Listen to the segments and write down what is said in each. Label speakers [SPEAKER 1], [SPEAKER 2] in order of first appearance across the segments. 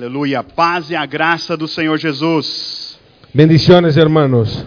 [SPEAKER 1] Aleluia. Paz e a graça do Senhor Jesus.
[SPEAKER 2] Bendiciones, hermanos.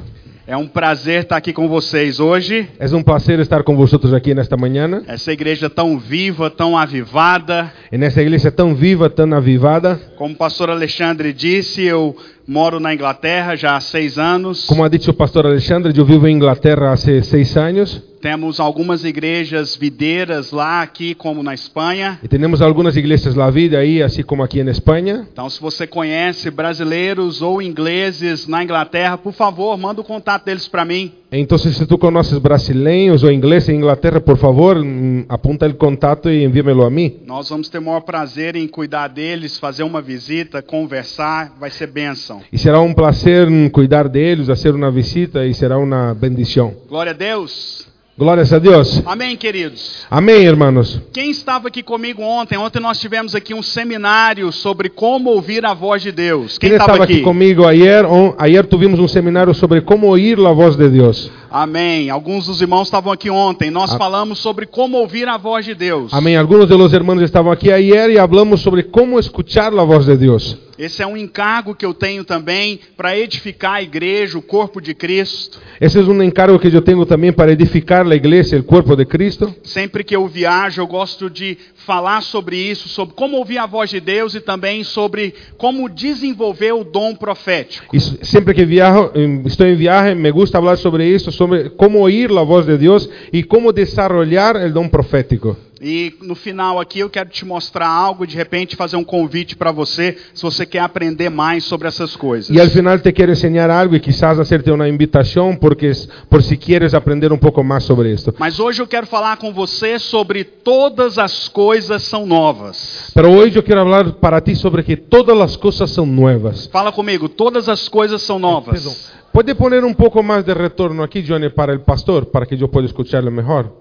[SPEAKER 1] É um prazer estar aqui com vocês hoje.
[SPEAKER 2] Es un placer estar con vosotros aquí en esta mañana,
[SPEAKER 1] Essa igreja tão viva, tão avivada.
[SPEAKER 2] en esta iglesia tan viva, tan avivada.
[SPEAKER 1] Como o pastor Alexandre disse, eu moro na Inglaterra já há seis anos.
[SPEAKER 2] Como ha dicho el pastor Alexandre, yo vivo en Inglaterra hace seis años
[SPEAKER 1] Temos algumas igrejas videiras lá, aqui, como na Espanha.
[SPEAKER 2] y tenemos algunas iglesias La Vida ahí, así como aquí en España.
[SPEAKER 1] Então, se você conhece brasileiros ou ingleses na Inglaterra, por favor, manda o contato deles para mim.
[SPEAKER 2] Entonces, si tú conoces brasileños o ingleses en Inglaterra, por favor, mm, apunta el contacto y envíamelo a mí.
[SPEAKER 1] Nós vamos ter o maior prazer em cuidar deles, fazer uma visita, conversar, vai ser bênção.
[SPEAKER 2] Y será un placer mm, cuidar de ellos, hacer una visita y será una bendición.
[SPEAKER 1] Glória a Deus.
[SPEAKER 2] Glorias a Dios.
[SPEAKER 1] Amém, queridos.
[SPEAKER 2] Amén, hermanos.
[SPEAKER 1] Quem estava aqui comigo ontem? Ontem nós tivemos aqui um seminário sobre como ouvir a voz de Deus. Quem
[SPEAKER 2] Quem estava aqui comigo ayer? On- ayer tuvimos um seminário sobre como ouvir a voz de Deus.
[SPEAKER 1] Amém. Alguns dos irmãos estavam aqui ontem. Nós falamos sobre como ouvir a voz de Deus.
[SPEAKER 2] Ah. Amém. Alguns de los hermanos estavam aqui ayer e falamos sobre como escuchar a voz de Deus.
[SPEAKER 1] Esse é um encargo que eu tenho também para edificar a igreja, o corpo de Cristo.
[SPEAKER 2] Esse é um encargo que eu tenho também para edificar a igreja, o corpo de Cristo.
[SPEAKER 1] Sempre que eu viajo, eu gosto de falar sobre isso, sobre como ouvir a voz de Deus e também sobre como desenvolver o dom profético.
[SPEAKER 2] E s- sempre que viajo, em- estou em viagem, me gusta falar sobre isso, sobre como ouvir a voz de Deus e como desarrollar o dom profético.
[SPEAKER 1] E no final aqui eu quero te mostrar algo, de repente fazer um convite para você, se você quer aprender mais sobre essas coisas.
[SPEAKER 2] E ao final te quero ensinar algo e quizás hacerte uma invitação porque s- por se quieres aprender um pouco mais sobre isto.
[SPEAKER 1] Mas hoje eu quero falar com você sobre todas as coisas são novas.
[SPEAKER 2] Pero hoy yo quiero hablar para ti sobre que todas las cosas son nuevas.
[SPEAKER 1] Fala comigo, todas as coisas são
[SPEAKER 2] Perdón.
[SPEAKER 1] novas.
[SPEAKER 2] ¿Puede poner un poco más de retorno aquí, Johnny, para el pastor, para que yo pueda escucharle mejor?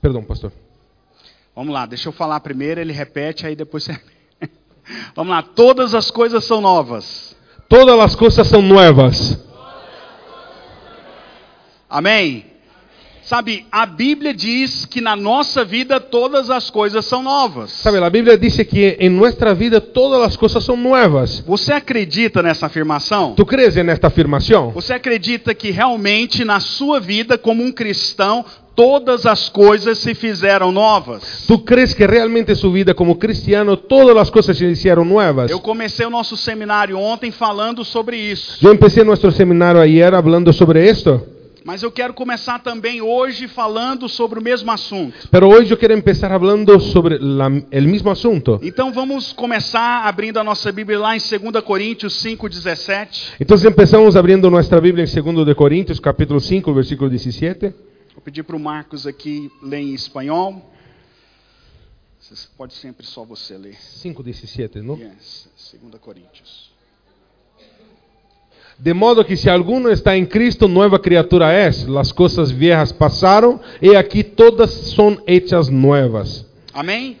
[SPEAKER 2] Perdón, pastor.
[SPEAKER 1] Vamos lá, deixa eu falar primeiro, ele repete, aí depois você. Vamos lá, todas as coisas são novas.
[SPEAKER 2] Todas las cosas son nuevas.
[SPEAKER 1] Amém? Sabe, a Bíblia diz que na nossa vida todas as coisas são novas.
[SPEAKER 2] Sabe, la Biblia dice que en nuestra vida todas las cosas son nuevas.
[SPEAKER 1] Você acredita nessa afirmação?
[SPEAKER 2] ¿Tú crees en esta afirmación?
[SPEAKER 1] Você acredita que realmente na sua vida, como um cristão, todas as coisas se fizeram novas?
[SPEAKER 2] ¿Tú crees que realmente su vida como cristiano todas las cosas se hicieron nuevas?
[SPEAKER 1] Eu comecei o nosso seminário ontem falando sobre isso,
[SPEAKER 2] Yo empecé nuestro seminario ayer hablando sobre esto,
[SPEAKER 1] mas eu quero começar também hoje falando sobre o mesmo assunto.
[SPEAKER 2] pero hoy yo quiero empezar hablando sobre la- el mismo asunto.
[SPEAKER 1] Então vamos começar abrindo a nossa Bíblia lá em 2 Coríntios 5:17.
[SPEAKER 2] Entonces empezamos abriendo nuestra Biblia en 2 de Corintios capítulo 5 versículo 17.
[SPEAKER 1] Vou pedir para o Marcos aqui ler em espanhol. Você pode sempre só você ler.
[SPEAKER 2] 5 17, ¿no?
[SPEAKER 1] Yes, 2 Coríntios.
[SPEAKER 2] De modo que si alguno está en Cristo, nueva criatura es. Las cosas viejas pasaron y aquí todas son hechas nuevas.
[SPEAKER 1] Amém?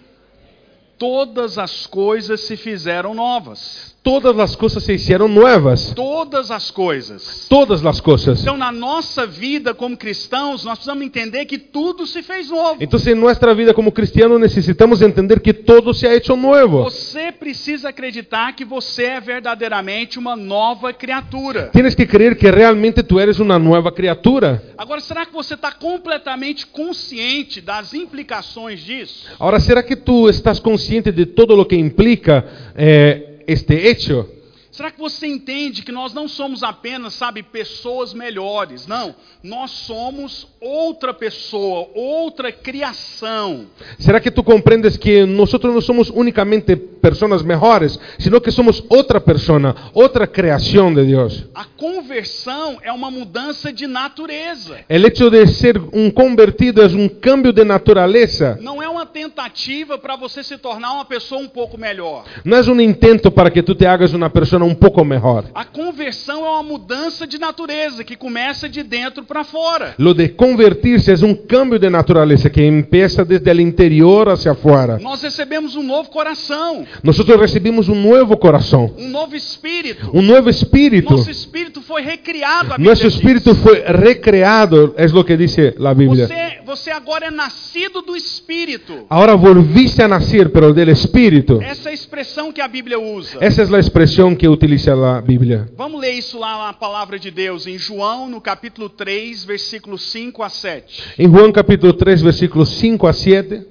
[SPEAKER 1] Todas as coisas se fizeram novas.
[SPEAKER 2] Todas las cosas se hicieron nuevas.
[SPEAKER 1] Todas as coisas.
[SPEAKER 2] Todas las cosas.
[SPEAKER 1] Então, na nossa vida como cristãos, nós precisamos entender que tudo se fez novo.
[SPEAKER 2] Entonces en nuestra vida como cristianos necesitamos entender que todo se ha hecho nuevo.
[SPEAKER 1] Você precisa acreditar que você é verdadeiramente uma nova criatura.
[SPEAKER 2] Tienes que creer que realmente tú eres una nueva criatura.
[SPEAKER 1] Agora, será que você está completamente consciente das implicações disso?
[SPEAKER 2] Ahora, ¿será que tú estás consciente de todo lo que implica eh, este hecho?
[SPEAKER 1] Será que você entende que nós não somos apenas, sabe, pessoas melhores? Não. Nós somos outra pessoa, outra criação.
[SPEAKER 2] ¿Será que tú comprendes que nosotros no somos únicamente personas mejores, sino que somos otra persona, otra creación de Dios?
[SPEAKER 1] A conversão é uma mudança de natureza.
[SPEAKER 2] El hecho de ser un convertido es un cambio de naturaleza.
[SPEAKER 1] Não é uma tentativa para você se tornar uma pessoa um pouco melhor.
[SPEAKER 2] No es un intento para que tú te hagas una persona un poco mejor.
[SPEAKER 1] A conversão é uma mudanza de natureza que começa de dentro para fora.
[SPEAKER 2] Lo de convertirse es un cambio de naturaleza que empieza desde el interior hacia afuera.
[SPEAKER 1] Nós recebemos um novo coração,
[SPEAKER 2] Nosotros recibimos un nuevo corazón,
[SPEAKER 1] um novo espírito.
[SPEAKER 2] un nuevo espíritu.
[SPEAKER 1] Nosso espírito foi recriado, a Bíblia
[SPEAKER 2] Nuestro espíritu
[SPEAKER 1] diz.
[SPEAKER 2] fue recreado, es lo que dice la Biblia.
[SPEAKER 1] Você, você agora é nascido do Espírito.
[SPEAKER 2] Ahora volviste a nacer, pero del espíritu.
[SPEAKER 1] Essa é a expressão que a Bíblia usa.
[SPEAKER 2] Esa es la expresión que utiliza la Biblia.
[SPEAKER 1] Vamos ler isso lá na palavra de Deus, em João, no capítulo 3, versículos 5 a 7.
[SPEAKER 2] En Juan capítulo 3, versículos 5 a 7.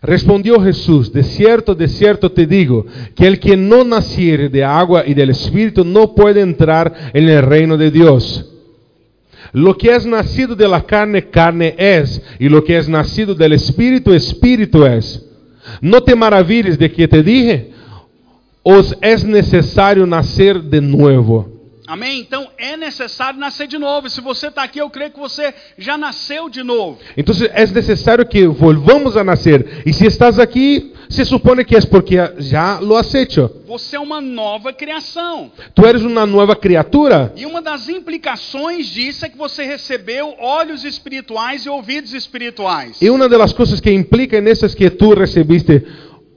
[SPEAKER 2] Respondió Jesús, de cierto, de cierto te digo, que el que no naciere de agua y del Espíritu no puede entrar en el reino de Dios. Lo que es nacido de la carne, carne es, y lo que es nacido del Espíritu, Espíritu es. No te maravilles de que te dije, os es necesario nacer de nuevo.
[SPEAKER 1] Amém? Então é necessário nascer de novo. E se você está aqui, eu creio que você já nasceu de novo.
[SPEAKER 2] Entonces es necesario que volvamos a nacer. Y si estás aquí, se supone que es porque ya lo has hecho.
[SPEAKER 1] Você é uma nova criação.
[SPEAKER 2] Tú eres una nueva criatura.
[SPEAKER 1] E uma das implicações disso é que você recebeu olhos espirituais e ouvidos espirituais.
[SPEAKER 2] Y una de las cosas que implica en eso es que tú recibiste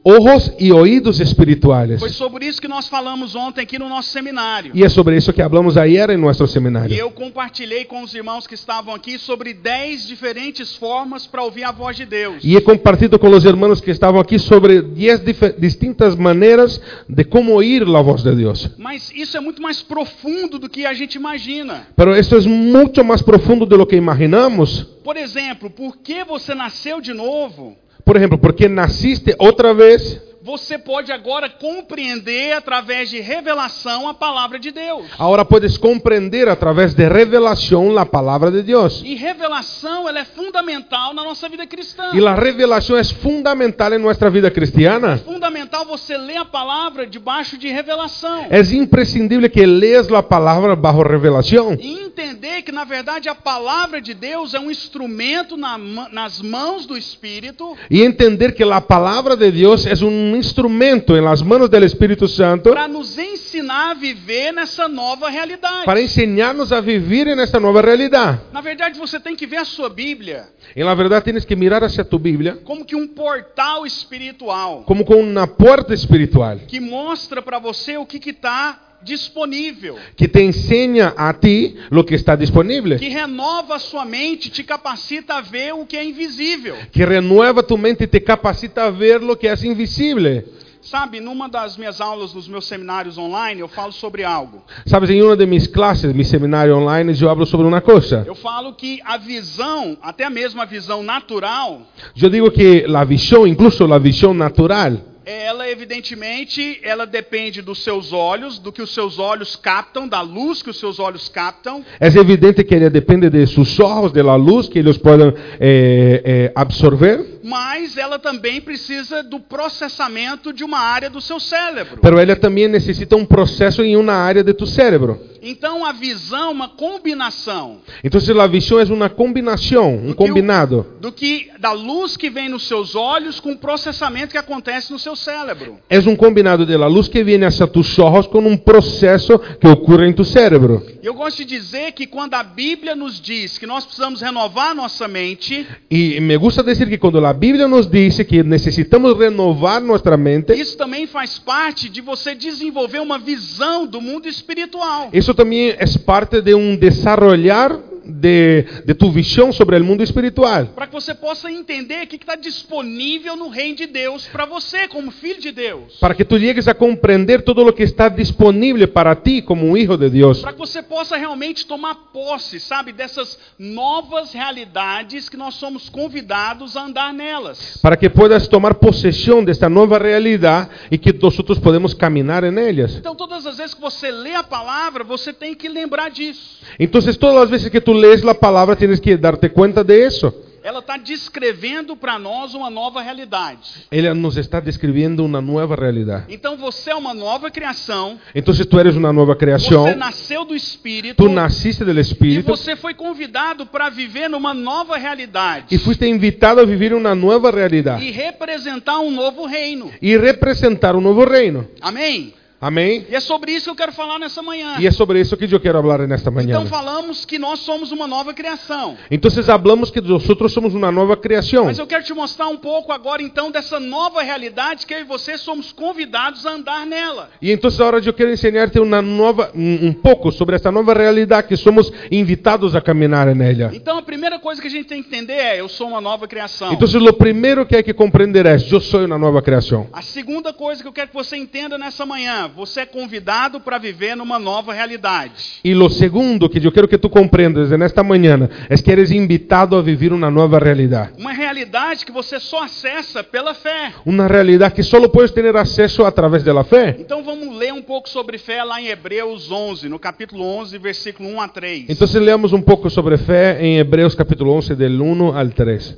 [SPEAKER 2] ojos y oídos
[SPEAKER 1] Foi
[SPEAKER 2] espirituales.
[SPEAKER 1] sobre isso que nós falamos ontem aqui no nosso seminário.
[SPEAKER 2] Y es sobre eso que hablamos ayer en nuestro
[SPEAKER 1] E
[SPEAKER 2] seminario.
[SPEAKER 1] eu compartilhei com os irmãos que estavam aqui sobre 10 diferentes formas para ouvir a voz de Deus.
[SPEAKER 2] Y he é compartido con los hermanos que estaban aquí sobre 10 dif- distintas maneras de cómo oír la voz de Dios.
[SPEAKER 1] Mas isso é muito mais profundo do que a gente imagina.
[SPEAKER 2] Pero esto es mucho más profundo de lo que imaginamos.
[SPEAKER 1] Por exemplo, porque você nasceu de novo,
[SPEAKER 2] Por ejemplo, porque naciste otra vez.
[SPEAKER 1] você pode agora compreender através de revelação a palavra de Deus.
[SPEAKER 2] Ahora puedes comprender a través de revelación la palabra de Dios.
[SPEAKER 1] E revelação ela é fundamental na nossa vida cristã.
[SPEAKER 2] Y la revelación es fundamental en nuestra vida cristiana.
[SPEAKER 1] Fundamental você ler a palavra debajo de revelação.
[SPEAKER 2] Es imprescindible que leas la palabra bajo revelación
[SPEAKER 1] E entender que, na verdade, a palavra de Deus é um instrumento na ma- nas mãos do Espírito
[SPEAKER 2] y entender que la palabra de Dios es un instrumento en las manos del Espíritu Santo
[SPEAKER 1] para nos ensinar a viver nessa nova realidade.
[SPEAKER 2] para enseñarnos a vivir en esta nueva realidad.
[SPEAKER 1] Na verdade, você tem que ver a sua Bíblia
[SPEAKER 2] Y la verdad tienes que mirar hacia tu Biblia
[SPEAKER 1] como que um portal espiritual
[SPEAKER 2] como con una puerta espiritual
[SPEAKER 1] que mostra para você o que está disponível,
[SPEAKER 2] que te enseña a ti lo que está disponible.
[SPEAKER 1] que renova a sua mente, te capacita a ver o que é invisível.
[SPEAKER 2] que renueva tu mente e te capacita a ver lo que es invisible.
[SPEAKER 1] Sabe, numa das minhas aulas nos meus seminários online, eu falo sobre algo.
[SPEAKER 2] Sabes, em uma de minhas classes, mi seminário online, eu hablo sobre uma coisa.
[SPEAKER 1] Eu falo que a visão, até mesmo a visão natural,
[SPEAKER 2] Eu digo que a visão, incluso a visão natural,
[SPEAKER 1] ela evidentemente, ela depende dos seus olhos, do que os seus olhos captam, da luz que os seus olhos captam,
[SPEAKER 2] é evidente que ela depende de seus olhos, de la luz que eles podem eh, eh, absorver,
[SPEAKER 1] mas ela também precisa do processamento de uma área do seu cérebro.
[SPEAKER 2] mas ela também necessita um processo em uma área de tu cérebro.
[SPEAKER 1] Então a visão é uma combinação
[SPEAKER 2] Então, a visão é uma combinação, um combinado.
[SPEAKER 1] do que da luz que vem nos seus olhos com o processamento que acontece no seu cérebro.
[SPEAKER 2] É um combinado de la luz que vem hacia tus olhos com um processo que ocorre em tu cérebro.
[SPEAKER 1] E eu gosto de dizer que quando a Bíblia nos diz que nós precisamos renovar nossa mente,
[SPEAKER 2] Y me gusta decir que cuando la Biblia nos dice que necesitamos renovar nuestra mente,
[SPEAKER 1] isso também faz parte de você desenvolver uma visão do mundo espiritual.
[SPEAKER 2] eso también es parte de un desarrollar de, de tu visión sobre el mundo espiritual,
[SPEAKER 1] Para que você possa entender o que está disponível no reino de Deus para você, como filho de Deus.
[SPEAKER 2] para que tú llegues a comprender todo lo que está disponible para ti como un hijo de Dios,
[SPEAKER 1] Para que você possa realmente tomar posse, sabe, dessas novas realidades que nós somos convidados a andar nelas.
[SPEAKER 2] para que puedas tomar posesión de esta nueva realidad y que nosotros podemos caminar en ellas.
[SPEAKER 1] Então, todas as vezes que você lê a palavra, você tem que lembrar disso.
[SPEAKER 2] Entonces todas las veces que tú lees la palabra tienes que darte cuenta de eso.
[SPEAKER 1] Ela está descrevendo para nós uma nova realidade.
[SPEAKER 2] Ella nos está describiendo una nueva realidad.
[SPEAKER 1] Então, você é uma nova criação.
[SPEAKER 2] Entonces tú eres una nueva creación.
[SPEAKER 1] Você nasceu do Espírito
[SPEAKER 2] Tú naciste del
[SPEAKER 1] e
[SPEAKER 2] Espíritu
[SPEAKER 1] você foi convidado para viver numa nova realidade
[SPEAKER 2] y fuiste invitado a vivir una nueva realidad
[SPEAKER 1] e representar um novo reino.
[SPEAKER 2] y representar un nuevo reino.
[SPEAKER 1] Amém?
[SPEAKER 2] Amém?
[SPEAKER 1] E é sobre isso que eu quero falar nessa manhã.
[SPEAKER 2] E é sobre isso que eu quero falar nesta manhã.
[SPEAKER 1] Então falamos que nós somos uma nova criação.
[SPEAKER 2] Então, falamos que nós somos uma nova criação.
[SPEAKER 1] Mas eu quero te mostrar um pouco agora então dessa nova realidade que eu e você somos convidados a andar nela.
[SPEAKER 2] E então, agora eu quero ensinar-te uma nova, um, um pouco sobre essa nova realidade que somos invitados a caminhar nela.
[SPEAKER 1] Então a primeira coisa que a gente tem que entender é eu sou uma nova criação.
[SPEAKER 2] Então, o primeiro que há que compreender é eu sou uma nova criação.
[SPEAKER 1] A segunda coisa que eu quero que você entenda nessa manhã, você é convidado para viver numa nova realidade.
[SPEAKER 2] E o segundo que eu quero que tu compreendas nesta manhã é que eres invitado a viver uma nova realidade.
[SPEAKER 1] Uma realidade que você só acessa pela fé.
[SPEAKER 2] Uma realidade que só podes ter acesso através da fé.
[SPEAKER 1] Então vamos ler um pouco sobre fé lá em Hebreus 11, no capítulo 11, versículo 1 a 3.
[SPEAKER 2] Então, se leamos um pouco sobre fé em Hebreus capítulo 11, del 1 al 3.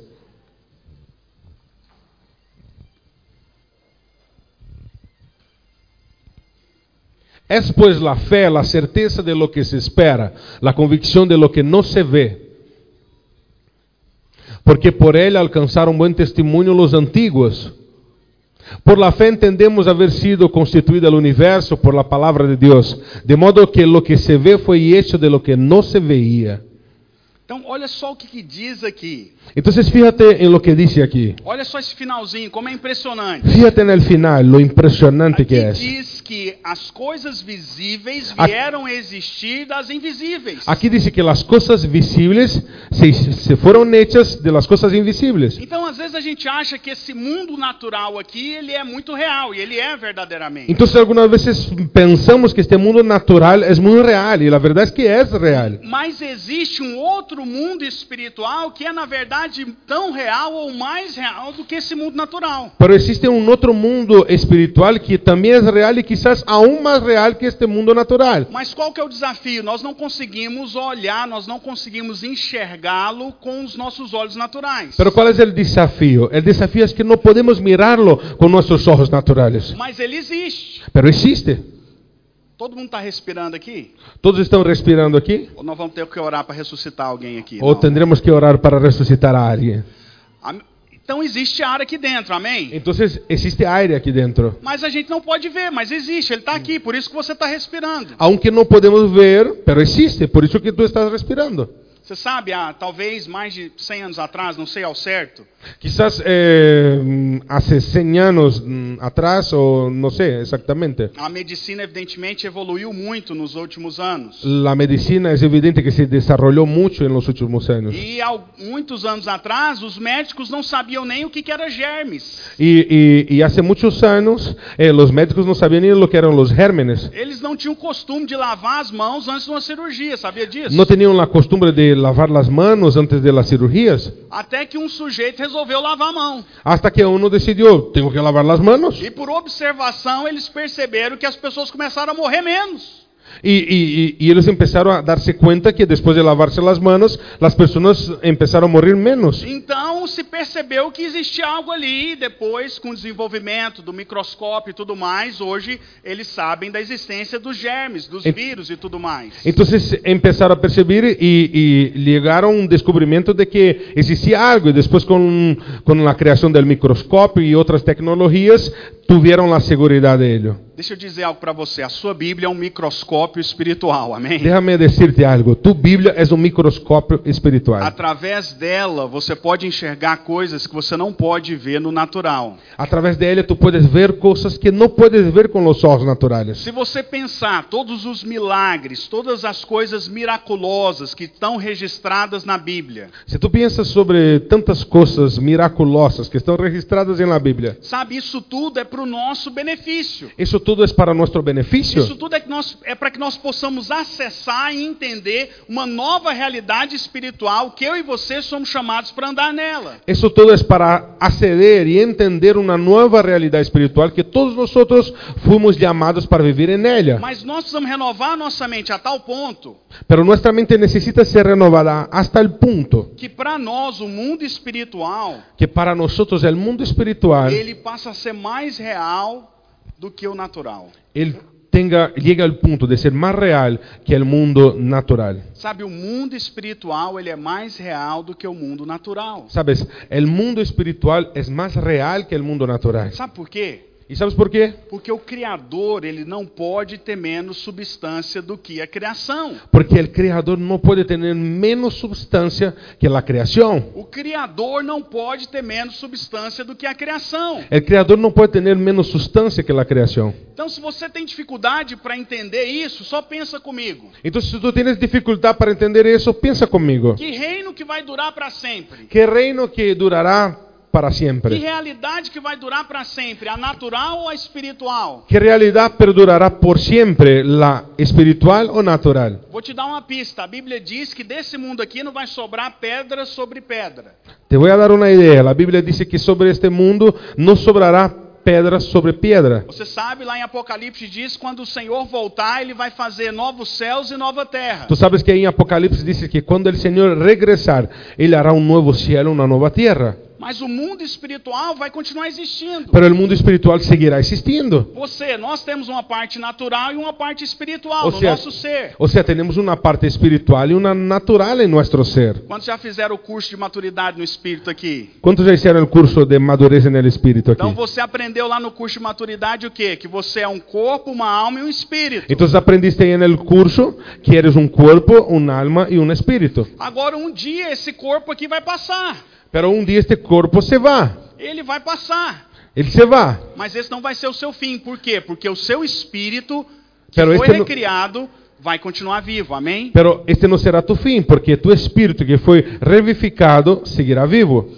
[SPEAKER 2] Es pues la fe, la certeza de lo que se espera, la convicción de lo que no se ve. Porque por ella alcanzaron buen testimonio los antiguos. Por la fe entendemos haber sido constituida el universo por la palabra de Dios, de modo que lo que se ve fue hecho de lo que no se veía.
[SPEAKER 1] Então, olha só o que, que diz aqui.
[SPEAKER 2] Então, fíjate en lo que dice aquí.
[SPEAKER 1] Olha só esse finalzinho, como é impressionante.
[SPEAKER 2] Fíjate en el final, lo impresionante
[SPEAKER 1] Aqui
[SPEAKER 2] que es.
[SPEAKER 1] diz que as coisas visíveis
[SPEAKER 2] Aqui-
[SPEAKER 1] vieram a existir das invisíveis.
[SPEAKER 2] Aquí dice que las cosas visibles se, se fueron hechas de las cosas invisibles.
[SPEAKER 1] Então, às vezes a gente acha que esse mundo natural aqui, ele é muito real, e ele é verdadeiramente.
[SPEAKER 2] Entonces algunas veces pensamos que este mundo natural es muy real y la verdad es que es real.
[SPEAKER 1] Mas existe um outro mundo espiritual que é, na verdade, tão real ou mais real do que esse mundo natural.
[SPEAKER 2] Pero existe un otro mundo espiritual que también es real y quizás aún más real que este mundo natural.
[SPEAKER 1] Mas qual que é o desafio? Nós não conseguimos olhar, nós não conseguimos enxergá-lo com os nossos olhos naturais.
[SPEAKER 2] Pero ¿cuál es el desafío? El desafío es que no podemos mirarlo con nuestros ojos naturales.
[SPEAKER 1] Mas ele existe.
[SPEAKER 2] Pero existe.
[SPEAKER 1] Todo mundo está respirando aqui?
[SPEAKER 2] Todos están respirando aquí.
[SPEAKER 1] Ou nós vamos ter que orar para ressuscitar alguém aqui?
[SPEAKER 2] O
[SPEAKER 1] Não.
[SPEAKER 2] tendremos que orar para resucitar a alguien.
[SPEAKER 1] Am- Então existe ar aqui dentro, amém?
[SPEAKER 2] Entonces existe aire aquí dentro.
[SPEAKER 1] Mas a gente não pode ver, mas existe, ele está aqui, por isso que você está respirando.
[SPEAKER 2] aunque no podemos ver, pero existe, por eso que tú estás respirando.
[SPEAKER 1] Você sabe, há talvez mais de 100 anos atrás, não sei ao certo,
[SPEAKER 2] Quizás eh, hace 100 años mm, atrás o no sé exactamente.
[SPEAKER 1] a medicina evidentemente evoluiu muito nos últimos anos.
[SPEAKER 2] La medicina es evidente que se desarrolló mucho en los últimos años.
[SPEAKER 1] E há muitos anos atrás, os médicos não sabiam nem o que, que era germes.
[SPEAKER 2] Y, y- y hace muchos años eh, los médicos no sabían ni lo que eran los gérmenes.
[SPEAKER 1] Eles não tinham costume de lavar as mãos antes de uma cirurgia, sabia disso?
[SPEAKER 2] No tenían la costumbre de lavar las manos antes de las cirugías.
[SPEAKER 1] Até que um sujeito resolveu lavar a mão.
[SPEAKER 2] Hasta que uno decidió, tengo que lavar las manos.
[SPEAKER 1] E por observação, eles perceberam que as pessoas começaram a morrer menos.
[SPEAKER 2] Y, y- y- y ellos empezaron a darse cuenta que después de lavarse las manos, las personas empezaron a morir menos.
[SPEAKER 1] Então se percebeu que existia algo ali, e depois, com o desenvolvimento do microscópio e tudo mais, hoje eles sabem da existência dos germes, dos
[SPEAKER 2] Ent-
[SPEAKER 1] vírus e tudo mais.
[SPEAKER 2] Entonces empezaron a percibir y, y llegaron a un descubrimiento de que existía algo. Y después con, con la creación del microscopio y otras tecnologías, tuvieron la seguridad de ello.
[SPEAKER 1] Deixa eu dizer algo para você, a sua Bíblia é um microscópio espiritual, amém?
[SPEAKER 2] Déjame decirte algo, tu Biblia es un microscopio espiritual.
[SPEAKER 1] Através dela você pode enxergar coisas que você não pode ver no natural.
[SPEAKER 2] A través de ella tú puedes ver cosas que no puedes ver con los ojos naturales.
[SPEAKER 1] Se você pensar todos os milagres, todas as coisas miraculosas que estão registradas na Bíblia,
[SPEAKER 2] Se tu piensas sobre tantas cosas miraculosas que estão registradas em la Bíblia,
[SPEAKER 1] sabe, isso tudo é para o nosso benefício.
[SPEAKER 2] isso tudo é para nosso benefício?
[SPEAKER 1] Isso tudo é, que nós- é para que nós possamos acessar e entender uma nova realidade espiritual que eu e você somos chamados para andar nela.
[SPEAKER 2] Isso tudo é para aceder e entender uma nova realidade espiritual que todos nós outros fomos chamados para viver em ela.
[SPEAKER 1] Mas nós precisamos renovar nossa mente a tal ponto
[SPEAKER 2] Mas nossa mente necessita ser renovada hasta o ponto
[SPEAKER 1] que para nós o mundo espiritual
[SPEAKER 2] que para nós o mundo espiritual
[SPEAKER 1] ele passa a ser mais real do que o natural.
[SPEAKER 2] ele tenha chega ao ponto de ser mais real que o mundo natural.
[SPEAKER 1] Sabe, o mundo espiritual ele é mais real do que o mundo natural.
[SPEAKER 2] Sabes, o mundo espiritual é mais real que o mundo natural.
[SPEAKER 1] Sabe por quê?
[SPEAKER 2] E sabes por quê?
[SPEAKER 1] Porque o Criador, ele não pode ter menos substância do que a criação.
[SPEAKER 2] Porque o Criador não pode ter menos substância que a criação.
[SPEAKER 1] O Criador não pode ter menos substância do que a criação.
[SPEAKER 2] O Criador não pode ter menos substância que a criação.
[SPEAKER 1] Então, se você tem dificuldade para entender isso, só pensa comigo.
[SPEAKER 2] Então, se tu tens dificuldade para entender isso, pensa comigo.
[SPEAKER 1] Que reino que vai durar para sempre?
[SPEAKER 2] Que reino que durará para
[SPEAKER 1] Que
[SPEAKER 2] sempre?
[SPEAKER 1] realidade que vai durar para sempre? A natural ou a espiritual?
[SPEAKER 2] Que realidad perdurará por siempre, la espiritual o natural?
[SPEAKER 1] Vou te dar uma pista. A Bíblia diz que desse mundo aqui não vai sobrar pedra sobre pedra.
[SPEAKER 2] Te voy a dar una idea. La Biblia dice que sobre este mundo no sobrará piedra sobre piedra.
[SPEAKER 1] Você sabe, lá em Apocalipse diz: quando o Senhor voltar, ele vai fazer novos céus e nova terra.
[SPEAKER 2] Tú sabes que ahí en Apocalipsis dice que cuando el Señor regresar, Él hará un nuevo cielo, una nueva tierra.
[SPEAKER 1] Mas o mundo espiritual vai continuar existindo.
[SPEAKER 2] Pero el mundo espiritual seguirá existiendo.
[SPEAKER 1] Você, nós temos uma parte natural e uma parte espiritual
[SPEAKER 2] Ou
[SPEAKER 1] no
[SPEAKER 2] seja-
[SPEAKER 1] nosso ser.
[SPEAKER 2] O sea, tenemos una parte espiritual y una natural en nuestro ser.
[SPEAKER 1] Quantos já fizeram o curso de maturidade no espírito aqui?
[SPEAKER 2] ¿Cuántos ya hicieron el curso de madurez en el espíritu aquí?
[SPEAKER 1] Então você aprendeu lá no curso de maturidade o quê? Que você é um corpo, uma alma e um espírito.
[SPEAKER 2] Entonces aprendiste ahí en el curso que eres un cuerpo, un alma y un espíritu.
[SPEAKER 1] Agora um dia esse corpo aqui vai passar.
[SPEAKER 2] Pero un día este cuerpo se va.
[SPEAKER 1] Ele vai passar.
[SPEAKER 2] Él se va.
[SPEAKER 1] Mas esse não vai ser o seu fim. Por quê? Porque o seu espírito, que
[SPEAKER 2] Pero
[SPEAKER 1] foi
[SPEAKER 2] este no-
[SPEAKER 1] recriado, vai continuar vivo. Amém?
[SPEAKER 2] Pero este no será tu fin, porque tu espíritu que fue revivificado seguirá vivo.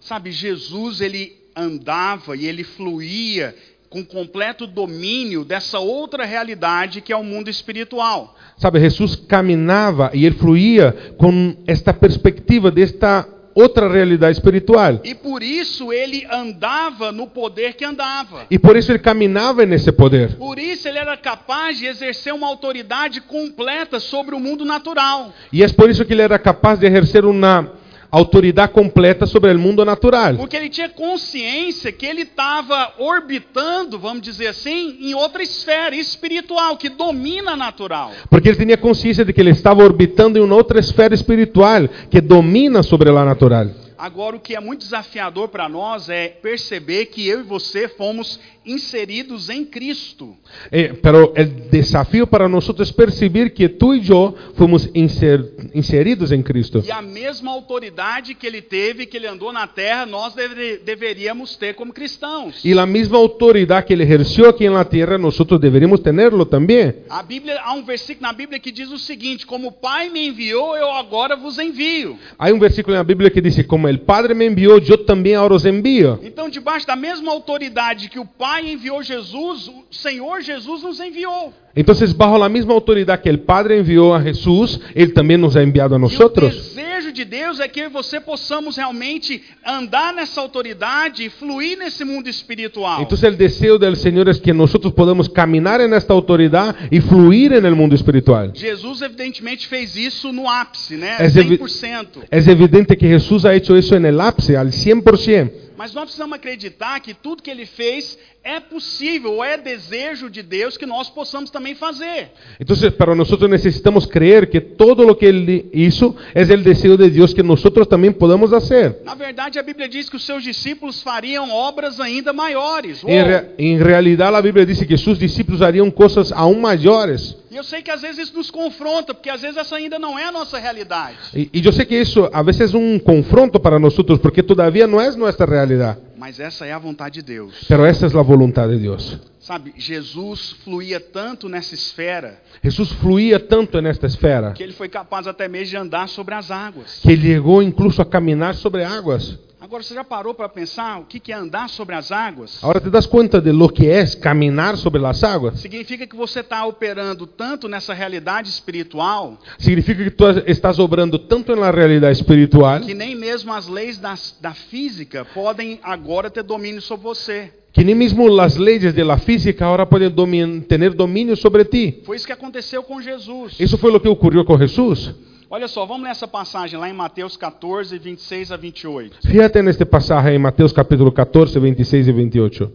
[SPEAKER 1] Sabe, Jesus ele andava e ele fluía com completo domínio dessa outra realidade que é o mundo espiritual.
[SPEAKER 2] Sabe, Jesús caminaba y él fluía con esta perspectiva de esta otra realidad espiritual.
[SPEAKER 1] E por isso ele andava no poder que andava.
[SPEAKER 2] Y por eso él caminaba en ese poder.
[SPEAKER 1] Por isso ele era capaz de exercer uma autoridade completa sobre o mundo natural.
[SPEAKER 2] Y es por eso que él era capaz de ejercer una autoridad completa sobre el mundo natural.
[SPEAKER 1] Porque ele tinha consciência que ele estava orbitando, vamos dizer assim, em outra esfera espiritual que domina a natural.
[SPEAKER 2] Porque él tenía conciencia de que él estaba orbitando en una otra esfera espiritual que domina sobre la natural.
[SPEAKER 1] Agora, o que é muito desafiador para nós é perceber que eu e você fomos inseridos em Cristo.
[SPEAKER 2] Eh, pero el desafío para nosotros es percibir que tú y yo fuimos inser- inseridos en Cristo.
[SPEAKER 1] E a mesma autoridade que ele teve, que ele andou na terra, nós deve- deveríamos ter como cristãos.
[SPEAKER 2] Y la misma autoridad que él ejerció aquí en la tierra, nosotros deberíamos tenerlo también.
[SPEAKER 1] A Bíblia, há um versículo na Bíblia que diz o seguinte: Como o Pai me enviou, eu agora vos envio.
[SPEAKER 2] Hay un versículo en la Biblia que dice, como el Padre me envió, yo también ahora os envío.
[SPEAKER 1] Então, debaixo da mesma autoridade que o Pai enviou Jesus, o Senhor Jesus nos enviou.
[SPEAKER 2] Entonces, bajo la misma autoridad que el Padre envió a Jesús, Él también nos ha enviado
[SPEAKER 1] E
[SPEAKER 2] a
[SPEAKER 1] o
[SPEAKER 2] nosotros.
[SPEAKER 1] desejo de Deus é que eu e você possamos realmente andar nessa autoridade e fluir nesse mundo espiritual.
[SPEAKER 2] Entonces el deseo del Señor es que nosotros podamos caminar en esta autoridad y fluir en el mundo espiritual.
[SPEAKER 1] Jesus, evidentemente, fez isso no ápice, né?
[SPEAKER 2] É evi-
[SPEAKER 1] 100%.
[SPEAKER 2] Es evidente que Jesús ha hecho eso en el ápice, al 100%.
[SPEAKER 1] Mas nós precisamos acreditar que tudo que ele fez é possível, é desejo de Deus que nós possamos também fazer.
[SPEAKER 2] Entonces, pero nosotros necesitamos creer que todo lo que Él hizo es el deseo de Dios que nosotros también podamos hacer.
[SPEAKER 1] Na verdade, a Bíblia diz que os seus discípulos fariam obras ainda maiores.
[SPEAKER 2] En,
[SPEAKER 1] Uou!
[SPEAKER 2] rea- en realidad la Biblia dice que sus discípulos harían cosas aún mayores.
[SPEAKER 1] E eu sei que às vezes isso nos confronta, porque às vezes essa ainda não é a nossa realidade.
[SPEAKER 2] Y, y yo sé que eso a veces es un confronto para nosotros porque todavía no es nuestra realidad.
[SPEAKER 1] Mas essa é a vontade de Deus.
[SPEAKER 2] Pero esa es la voluntad de Dios.
[SPEAKER 1] Sabe, Jesus fluía tanto nessa esfera
[SPEAKER 2] Jesús fluía tanto en esta esfera
[SPEAKER 1] que ele foi capaz até mesmo de andar sobre as águas.
[SPEAKER 2] que llegó incluso a caminar sobre aguas.
[SPEAKER 1] Agora você já parou para pensar o que que é andar sobre as águas?
[SPEAKER 2] Ahora te das cuenta de lo que es caminar sobre las aguas.
[SPEAKER 1] Significa que você está operando tanto nessa realidade espiritual
[SPEAKER 2] Significa que tú estás obrando tanto en la realidad espiritual
[SPEAKER 1] que nem mesmo as leis das- da física podem agora ter domínio sobre você.
[SPEAKER 2] que ni mismo las leyes de la física ahora pueden domin- tener dominio sobre ti.
[SPEAKER 1] Foi isso que aconteceu com Jesus.
[SPEAKER 2] Eso fue lo que ocurrió con Jesús.
[SPEAKER 1] Olha só, vamos nessa passagem lá em Mateus 14, 26 a 28.
[SPEAKER 2] Fíjate en este pasaje en Mateos capítulo 14, 26 y 28.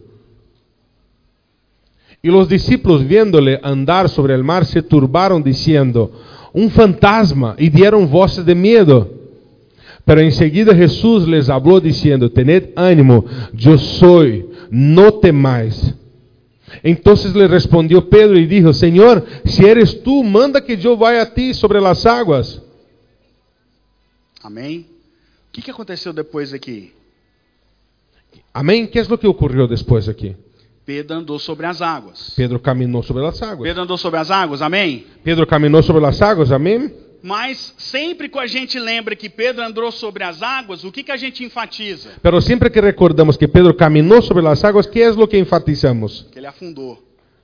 [SPEAKER 2] Y los discípulos viéndole andar sobre el mar se turbaron diciendo, un fantasma, y dieron voces de miedo. Pero enseguida Jesús les habló diciendo, tened ánimo, yo soy, no temáis. Entonces le respondió Pedro y dijo, Señor, si eres tú, manda que yo vaya a ti sobre las aguas.
[SPEAKER 1] Amém? O que, que aconteceu depois aqui?
[SPEAKER 2] Amén. ¿Qué es lo que ocurrió después aquí?
[SPEAKER 1] Pedro andou sobre as águas.
[SPEAKER 2] Pedro caminó sobre las aguas.
[SPEAKER 1] Pedro andou sobre as águas, amém?
[SPEAKER 2] Pedro caminó sobre las aguas, amén.
[SPEAKER 1] Mas sempre que a gente lembra que Pedro andou sobre as águas, o que, que a gente enfatiza?
[SPEAKER 2] Pero siempre que recordamos que Pedro caminó sobre las aguas, ¿qué es lo que enfatizamos?
[SPEAKER 1] Que ele afundou.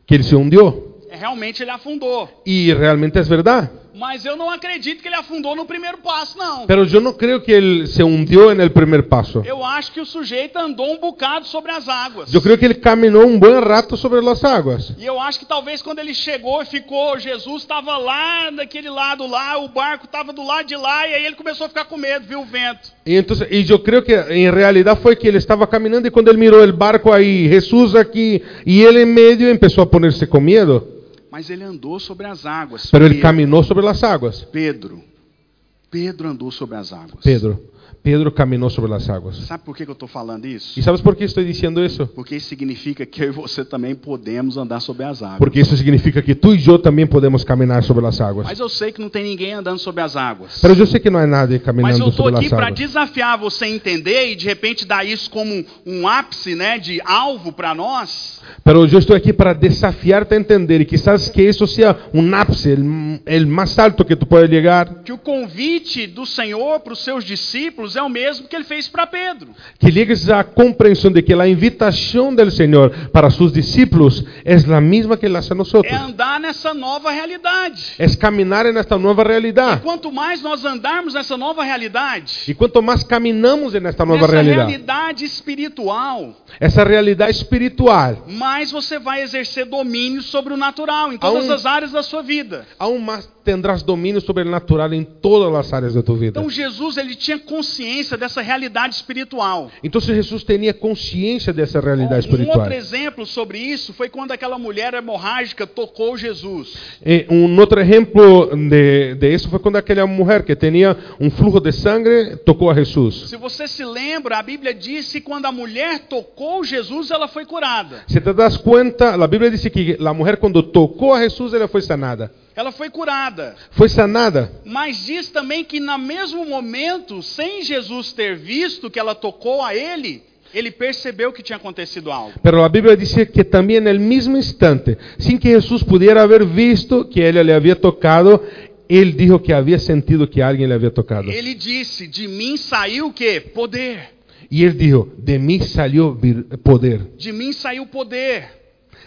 [SPEAKER 2] Que él se hundió.
[SPEAKER 1] É, realmente ele afundou.
[SPEAKER 2] Y realmente es verdad.
[SPEAKER 1] Mas eu não acredito que ele afundou no primeiro passo, não.
[SPEAKER 2] Pero yo no creo que él se hundió en el primer paso.
[SPEAKER 1] Eu acho que o sujeito andou um bocado sobre as águas.
[SPEAKER 2] Yo creo que él caminó un buen rato sobre las aguas.
[SPEAKER 1] E eu acho que talvez quando ele chegou e ficou, Jesus estava lá daquele lado lá, o barco estava do lado de lá, e aí ele começou a ficar com medo, viu o vento.
[SPEAKER 2] Y, entonces, y yo creo e que en realidad fue que él estaba caminando y cuando él miró el barco ahí, Jesús aquí, y él en medio empezó em a ponerse con miedo.
[SPEAKER 1] Mas ele andou sobre as águas.
[SPEAKER 2] Pero él
[SPEAKER 1] Pedro,
[SPEAKER 2] caminó sobre las aguas.
[SPEAKER 1] Pedro. Pedro andou sobre as águas.
[SPEAKER 2] Pedro, Pedro caminó sobre las aguas.
[SPEAKER 1] Sabe por que, que eu estou falando isso?
[SPEAKER 2] ¿Y sabes por qué estoy diciendo eso?
[SPEAKER 1] Porque isso significa que eu e você também podemos andar sobre as águas.
[SPEAKER 2] Porque eso significa que tú y yo también podemos caminar sobre las aguas.
[SPEAKER 1] Mas eu sei que não tem ninguém andando sobre as águas.
[SPEAKER 2] Pero yo sé que no hay nadie
[SPEAKER 1] Mas eu
[SPEAKER 2] caminando
[SPEAKER 1] estou
[SPEAKER 2] sobre
[SPEAKER 1] aqui
[SPEAKER 2] las
[SPEAKER 1] para
[SPEAKER 2] aguas.
[SPEAKER 1] desafiar você a entender e de repente dar isso como um- um ápice, né, de alvo para nós,
[SPEAKER 2] Pero yo estoy aquí para desafiarte a entender y quizás que eso sea un ápice, el, el más alto que tú puedes llegar.
[SPEAKER 1] que o convite do Senhor para os seus discípulos é o mesmo que ele fez para Pedro.
[SPEAKER 2] Que llegues a la comprensión de que la invitación del Señor para sus discípulos es la misma que la hace a
[SPEAKER 1] É
[SPEAKER 2] nosotros.
[SPEAKER 1] andar nessa nova realidade.
[SPEAKER 2] Es caminar en esta nueva realidad.
[SPEAKER 1] Quanto mais nós andarmos nessa nova realidade,
[SPEAKER 2] Y cuanto más caminamos en esta nueva
[SPEAKER 1] nessa
[SPEAKER 2] realidad,
[SPEAKER 1] realidade espiritual,
[SPEAKER 2] essa realidade espiritual,
[SPEAKER 1] mais você vai exercer domínio sobre o natural em todas
[SPEAKER 2] Aonde-
[SPEAKER 1] as áreas da sua vida.
[SPEAKER 2] aún más tendrás dominio sobrenatural en todas las áreas de tu vida.
[SPEAKER 1] Então Jesus ele tinha consciência dessa realidade espiritual.
[SPEAKER 2] Então Jesus tinha consciência dessa realidade
[SPEAKER 1] Um
[SPEAKER 2] espiritual.
[SPEAKER 1] outro exemplo sobre isso foi quando aquela mulher hemorrágica tocou Jesus.
[SPEAKER 2] Eh, um outro exemplo de, de isso foi quando aquela mulher que tinha um fluxo de sangue tocou a Jesus.
[SPEAKER 1] Se você se lembra, a Bíblia disse que quando a mulher tocou Jesus, ela foi curada.
[SPEAKER 2] Se te das conta, a Bíblia diz que a mulher quando tocou a Jesus, ela foi sanada.
[SPEAKER 1] Ela foi curada.
[SPEAKER 2] Foi sanada.
[SPEAKER 1] Mas diz também que no mesmo momento, sem Jesus ter visto que ela tocou a ele, ele percebeu que tinha acontecido algo.
[SPEAKER 2] Pero la Biblia dice que también en el mismo instante, sin que Jesús pudiera haber visto que ella le había tocado, él dijo que había sentido que alguien le había tocado.
[SPEAKER 1] Ele disse: De mim saiu o quê? Poder.
[SPEAKER 2] Y él dijo, de mí salió vir- poder,
[SPEAKER 1] De mim saiu poder.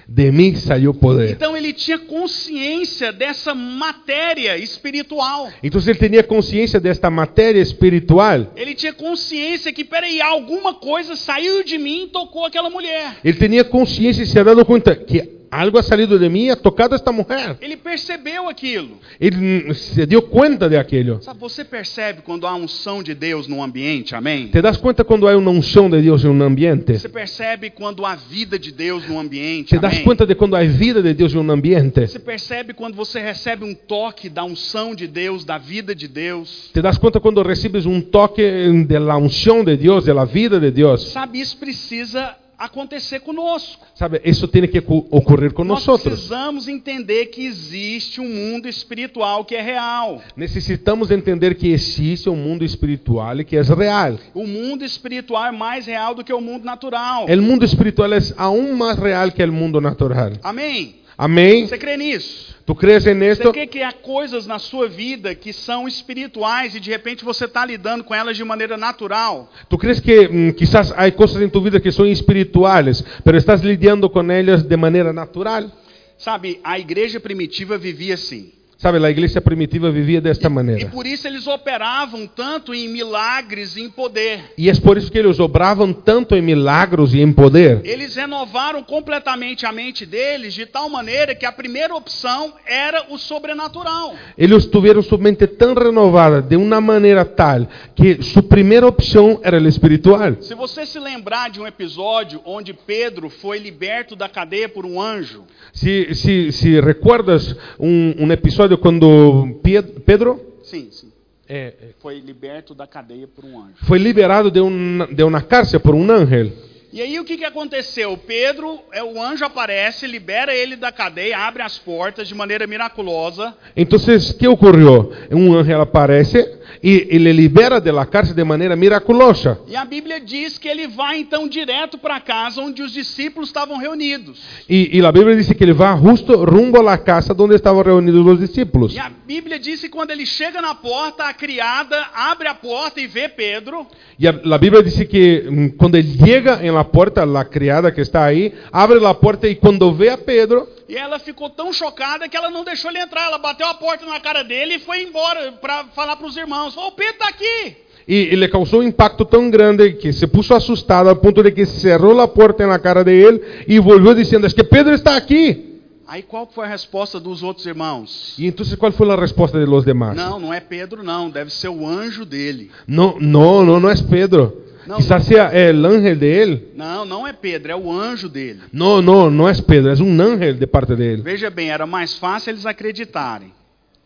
[SPEAKER 2] de mí salió poder.
[SPEAKER 1] Então ele tinha consciência dessa matéria espiritual.
[SPEAKER 2] Entonces él tenía conciencia de esta materia espiritual.
[SPEAKER 1] Ele tinha consciência que, peraí, alguma coisa saiu de mim e tocou aquela mulher.
[SPEAKER 2] Él tenía conciencia y se ha dado cuenta que algo ha salido de mí, ha tocado a esta mujer.
[SPEAKER 1] Ele percebeu aquilo.
[SPEAKER 2] Él mm, se dio cuenta de aquello.
[SPEAKER 1] Sabe, você percebe quando há unção de Deus num ambiente, amém?
[SPEAKER 2] ¿Te das cuenta cuando hay una unción de Dios en un ambiente?
[SPEAKER 1] Você percebe quando há vida de Deus num ambiente,
[SPEAKER 2] ¿Te das
[SPEAKER 1] amém?
[SPEAKER 2] cuenta de cuando hay vida de Dios en un ambiente?
[SPEAKER 1] Você percebe quando você recebe um toque da unção de Deus, da vida de Deus.
[SPEAKER 2] Te das cuenta cuando recibes un toque de la unción de Dios, de la vida de Dios.
[SPEAKER 1] Sabe, isso precisa acontecer conosco.
[SPEAKER 2] ¿Sabe? Eso tiene que cu- ocurrir con
[SPEAKER 1] Nós
[SPEAKER 2] nosotros.
[SPEAKER 1] precisamos entender que existe um mundo espiritual que é real.
[SPEAKER 2] Necesitamos entender que existe un mundo espiritual y que es real.
[SPEAKER 1] O mundo espiritual é mais real do que o mundo natural.
[SPEAKER 2] El mundo espiritual es aún más real que el mundo natural.
[SPEAKER 1] Amém?
[SPEAKER 2] Amén.
[SPEAKER 1] Você crê nisso?
[SPEAKER 2] ¿Tú crees en
[SPEAKER 1] Você
[SPEAKER 2] esto?
[SPEAKER 1] crê que há coisas na sua vida que são espirituais e de repente você está lidando com elas de maneira natural?
[SPEAKER 2] ¿Tú crees que mm, quizás hay cosas en tu vida que son espirituales, pero estás lidiando con ellas de manera natural?
[SPEAKER 1] Sabe, a igreja primitiva vivia assim.
[SPEAKER 2] ¿Sabe? La iglesia primitiva vivía de esta
[SPEAKER 1] E
[SPEAKER 2] manera.
[SPEAKER 1] por isso eles operavam tanto em milagres e em poder.
[SPEAKER 2] Y es por eso que ellos obraban tanto en milagros y en poder.
[SPEAKER 1] Eles renovaram completamente a mente deles de tal maneira que a primeira opção era o sobrenatural.
[SPEAKER 2] Ellos tuvieron su mente tan renovada de una manera tal que su primera opción era el espiritual.
[SPEAKER 1] Se você se lembrar de um episódio onde Pedro foi liberto da cadeia por um anjo,
[SPEAKER 2] Si, si, si recuerdas un, un episodio cuando Pied- Pedro
[SPEAKER 1] sim, sim,
[SPEAKER 2] eh,
[SPEAKER 1] foi liberto da cadeia por um anjo.
[SPEAKER 2] fue liberado de, un- de una cárcel por un ángel
[SPEAKER 1] E aí o que, que aconteceu? Pedro, é, o anjo aparece, libera ele da cadeia, abre as portas de maneira miraculosa.
[SPEAKER 2] Entonces, ¿qué ocurrió? Un ángel aparece y, y le libera de la cárcel de manera miraculosa.
[SPEAKER 1] E a Bíblia diz que ele vai então direto para casa onde os discípulos estavam reunidos.
[SPEAKER 2] Y, y la Biblia dice que él va justo rumbo a la casa donde estaban reunidos los discípulos.
[SPEAKER 1] E a Bíblia diz que quando ele chega na porta, a criada abre a porta e vê Pedro.
[SPEAKER 2] Y a- la Biblia dice que mm, cuando él llega en la puerta, la criada que está ahí, abre la puerta y cuando ve a Pedro,
[SPEAKER 1] E ela ficou tão chocada que ela não deixou ele entrar. Ela bateu a porta na cara dele e foi embora para falar para os irmãos. Falou, o Pedro tá aqui.
[SPEAKER 2] y, y le causó un impacto tan grande que se puso asustada al punto de que cerró la puerta en la cara de él y volvió diciendo, es que Pedro está aquí.
[SPEAKER 1] Aí qual que foi a resposta dos outros irmãos?
[SPEAKER 2] Y entonces, ¿cuál fue la respuesta de los demás?
[SPEAKER 1] Não, não é Pedro não, deve ser o anjo dele.
[SPEAKER 2] No, no, no, no es Pedro.
[SPEAKER 1] No.
[SPEAKER 2] Quizás sea el ángel de él.
[SPEAKER 1] Não, não é Pedro, é o anjo dele.
[SPEAKER 2] No, no, no es Pedro, es un ángel de parte de él.
[SPEAKER 1] Veja bem, era mais fácil eles acreditarem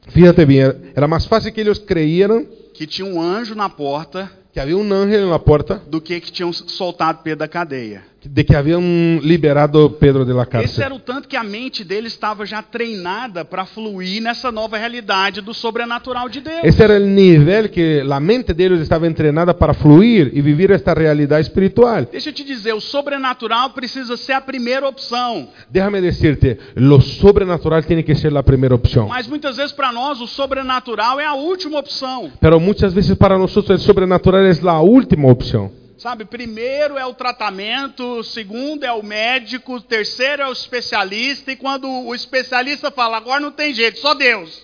[SPEAKER 2] Fíjate bien, era más fácil que ellos creyeran
[SPEAKER 1] que tinha um anjo na porta
[SPEAKER 2] que había un ángel en la puerta
[SPEAKER 1] do que que tinham soltado Pedro da cadeia.
[SPEAKER 2] de que habían liberado Pedro de la
[SPEAKER 1] Esse era
[SPEAKER 2] cárcel.
[SPEAKER 1] o tanto que a mente dele estava já treinada para fluir nessa nova realidade do sobrenatural de Deus.
[SPEAKER 2] Ese era el nivel que la mente de ellos estaba entrenada para fluir y vivir esta realidad espiritual.
[SPEAKER 1] Deixa eu te dizer, o sobrenatural precisa ser a primeira opção.
[SPEAKER 2] Déjame decirte, lo sobrenatural tiene que ser la primera opción.
[SPEAKER 1] Mas muitas vezes para nós o sobrenatural é a última opção.
[SPEAKER 2] Pero muchas veces para nosotros el sobrenatural es la última opción.
[SPEAKER 1] Sabe, primeiro é o tratamento, segundo é o médico, terceiro é o especialista, e quando o especialista fala, agora não tem jeito, só Deus.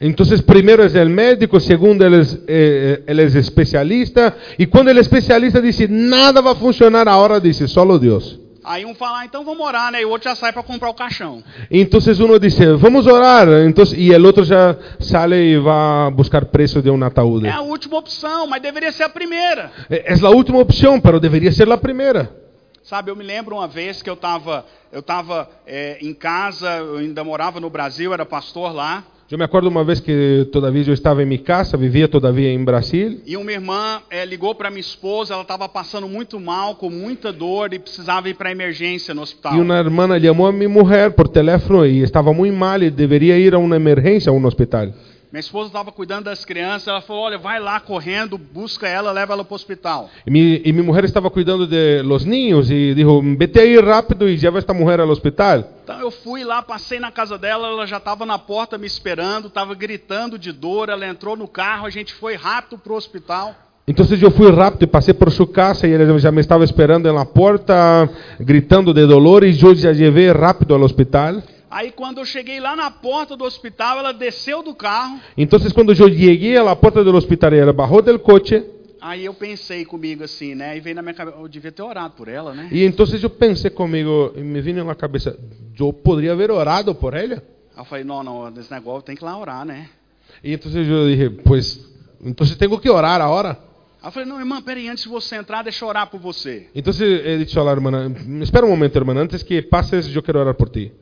[SPEAKER 2] Entonces, primero es el médico, segundo él es, eh, él es especialista, y cuando el especialista dice, nada va a funcionar ahora, dice, solo Dios.
[SPEAKER 1] Aí um fala, ah, então vamos orar, né? E o outro já sai para comprar o caixão.
[SPEAKER 2] Entonces uno dice, vamos a orar, entonces, y el otro ya sale y va a buscar preso de un ataúd.
[SPEAKER 1] É a última opção, mas deveria ser a primeira.
[SPEAKER 2] Eh, Es la última opción, pero debería ser la primera.
[SPEAKER 1] Sabe, eu me lembro uma vez que eu estava eu tava, é, em casa, eu ainda morava no Brasil, era pastor lá,
[SPEAKER 2] Yo me acuerdo una vez que todavía yo estaba en mi casa, vivía todavía en Brasil,
[SPEAKER 1] e uma irmã é, ligou para minha esposa, ela estava passando muito mal, com muita dor, e precisava ir para emergência no hospital.
[SPEAKER 2] y una hermana llamó a mi mujer por teléfono y estaba muy mal y debería ir a una emergencia, a un hospital.
[SPEAKER 1] Minha esposa estava cuidando das crianças, ela falou: olha, vai lá correndo, busca ela, leva ela para o hospital.
[SPEAKER 2] Y mi, y mi mujer estaba cuidando de los niños y dijo, vete ahí rápido y lleva a esta mujer al hospital.
[SPEAKER 1] Então eu fui lá, passei na casa dela, ela já estava na porta me esperando, estava gritando de dor, ela entrou no carro, a gente foi rápido para o hospital.
[SPEAKER 2] Entonces yo fui rápido y pasé por su casa y ella ya me estaba esperando en la puerta, gritando de dolor y yo ya llevé rápido al hospital.
[SPEAKER 1] Aí quando eu cheguei lá na porta do hospital, ela desceu do carro,
[SPEAKER 2] Entonces cuando yo llegué a la puerta del hospital y ella bajó del coche
[SPEAKER 1] aí eu pensei comigo assim, né? E veio na minha cabeça, eu devia ter orado por ela, né?
[SPEAKER 2] y entonces yo pensé conmigo y me vino en la cabeza, yo podría haber orado por ella.
[SPEAKER 1] Aí eu falei, não, não, nesse negócio tem que ir lá orar, né?
[SPEAKER 2] Y entonces yo dije, pues entonces tengo que orar ahora.
[SPEAKER 1] Aí eu falei, não, irmã, peraí, antes de você entrar, deixa eu orar por você.
[SPEAKER 2] Entonces he dicho a la hermana, espera un momento hermana, antes que pases yo quiero orar por ti.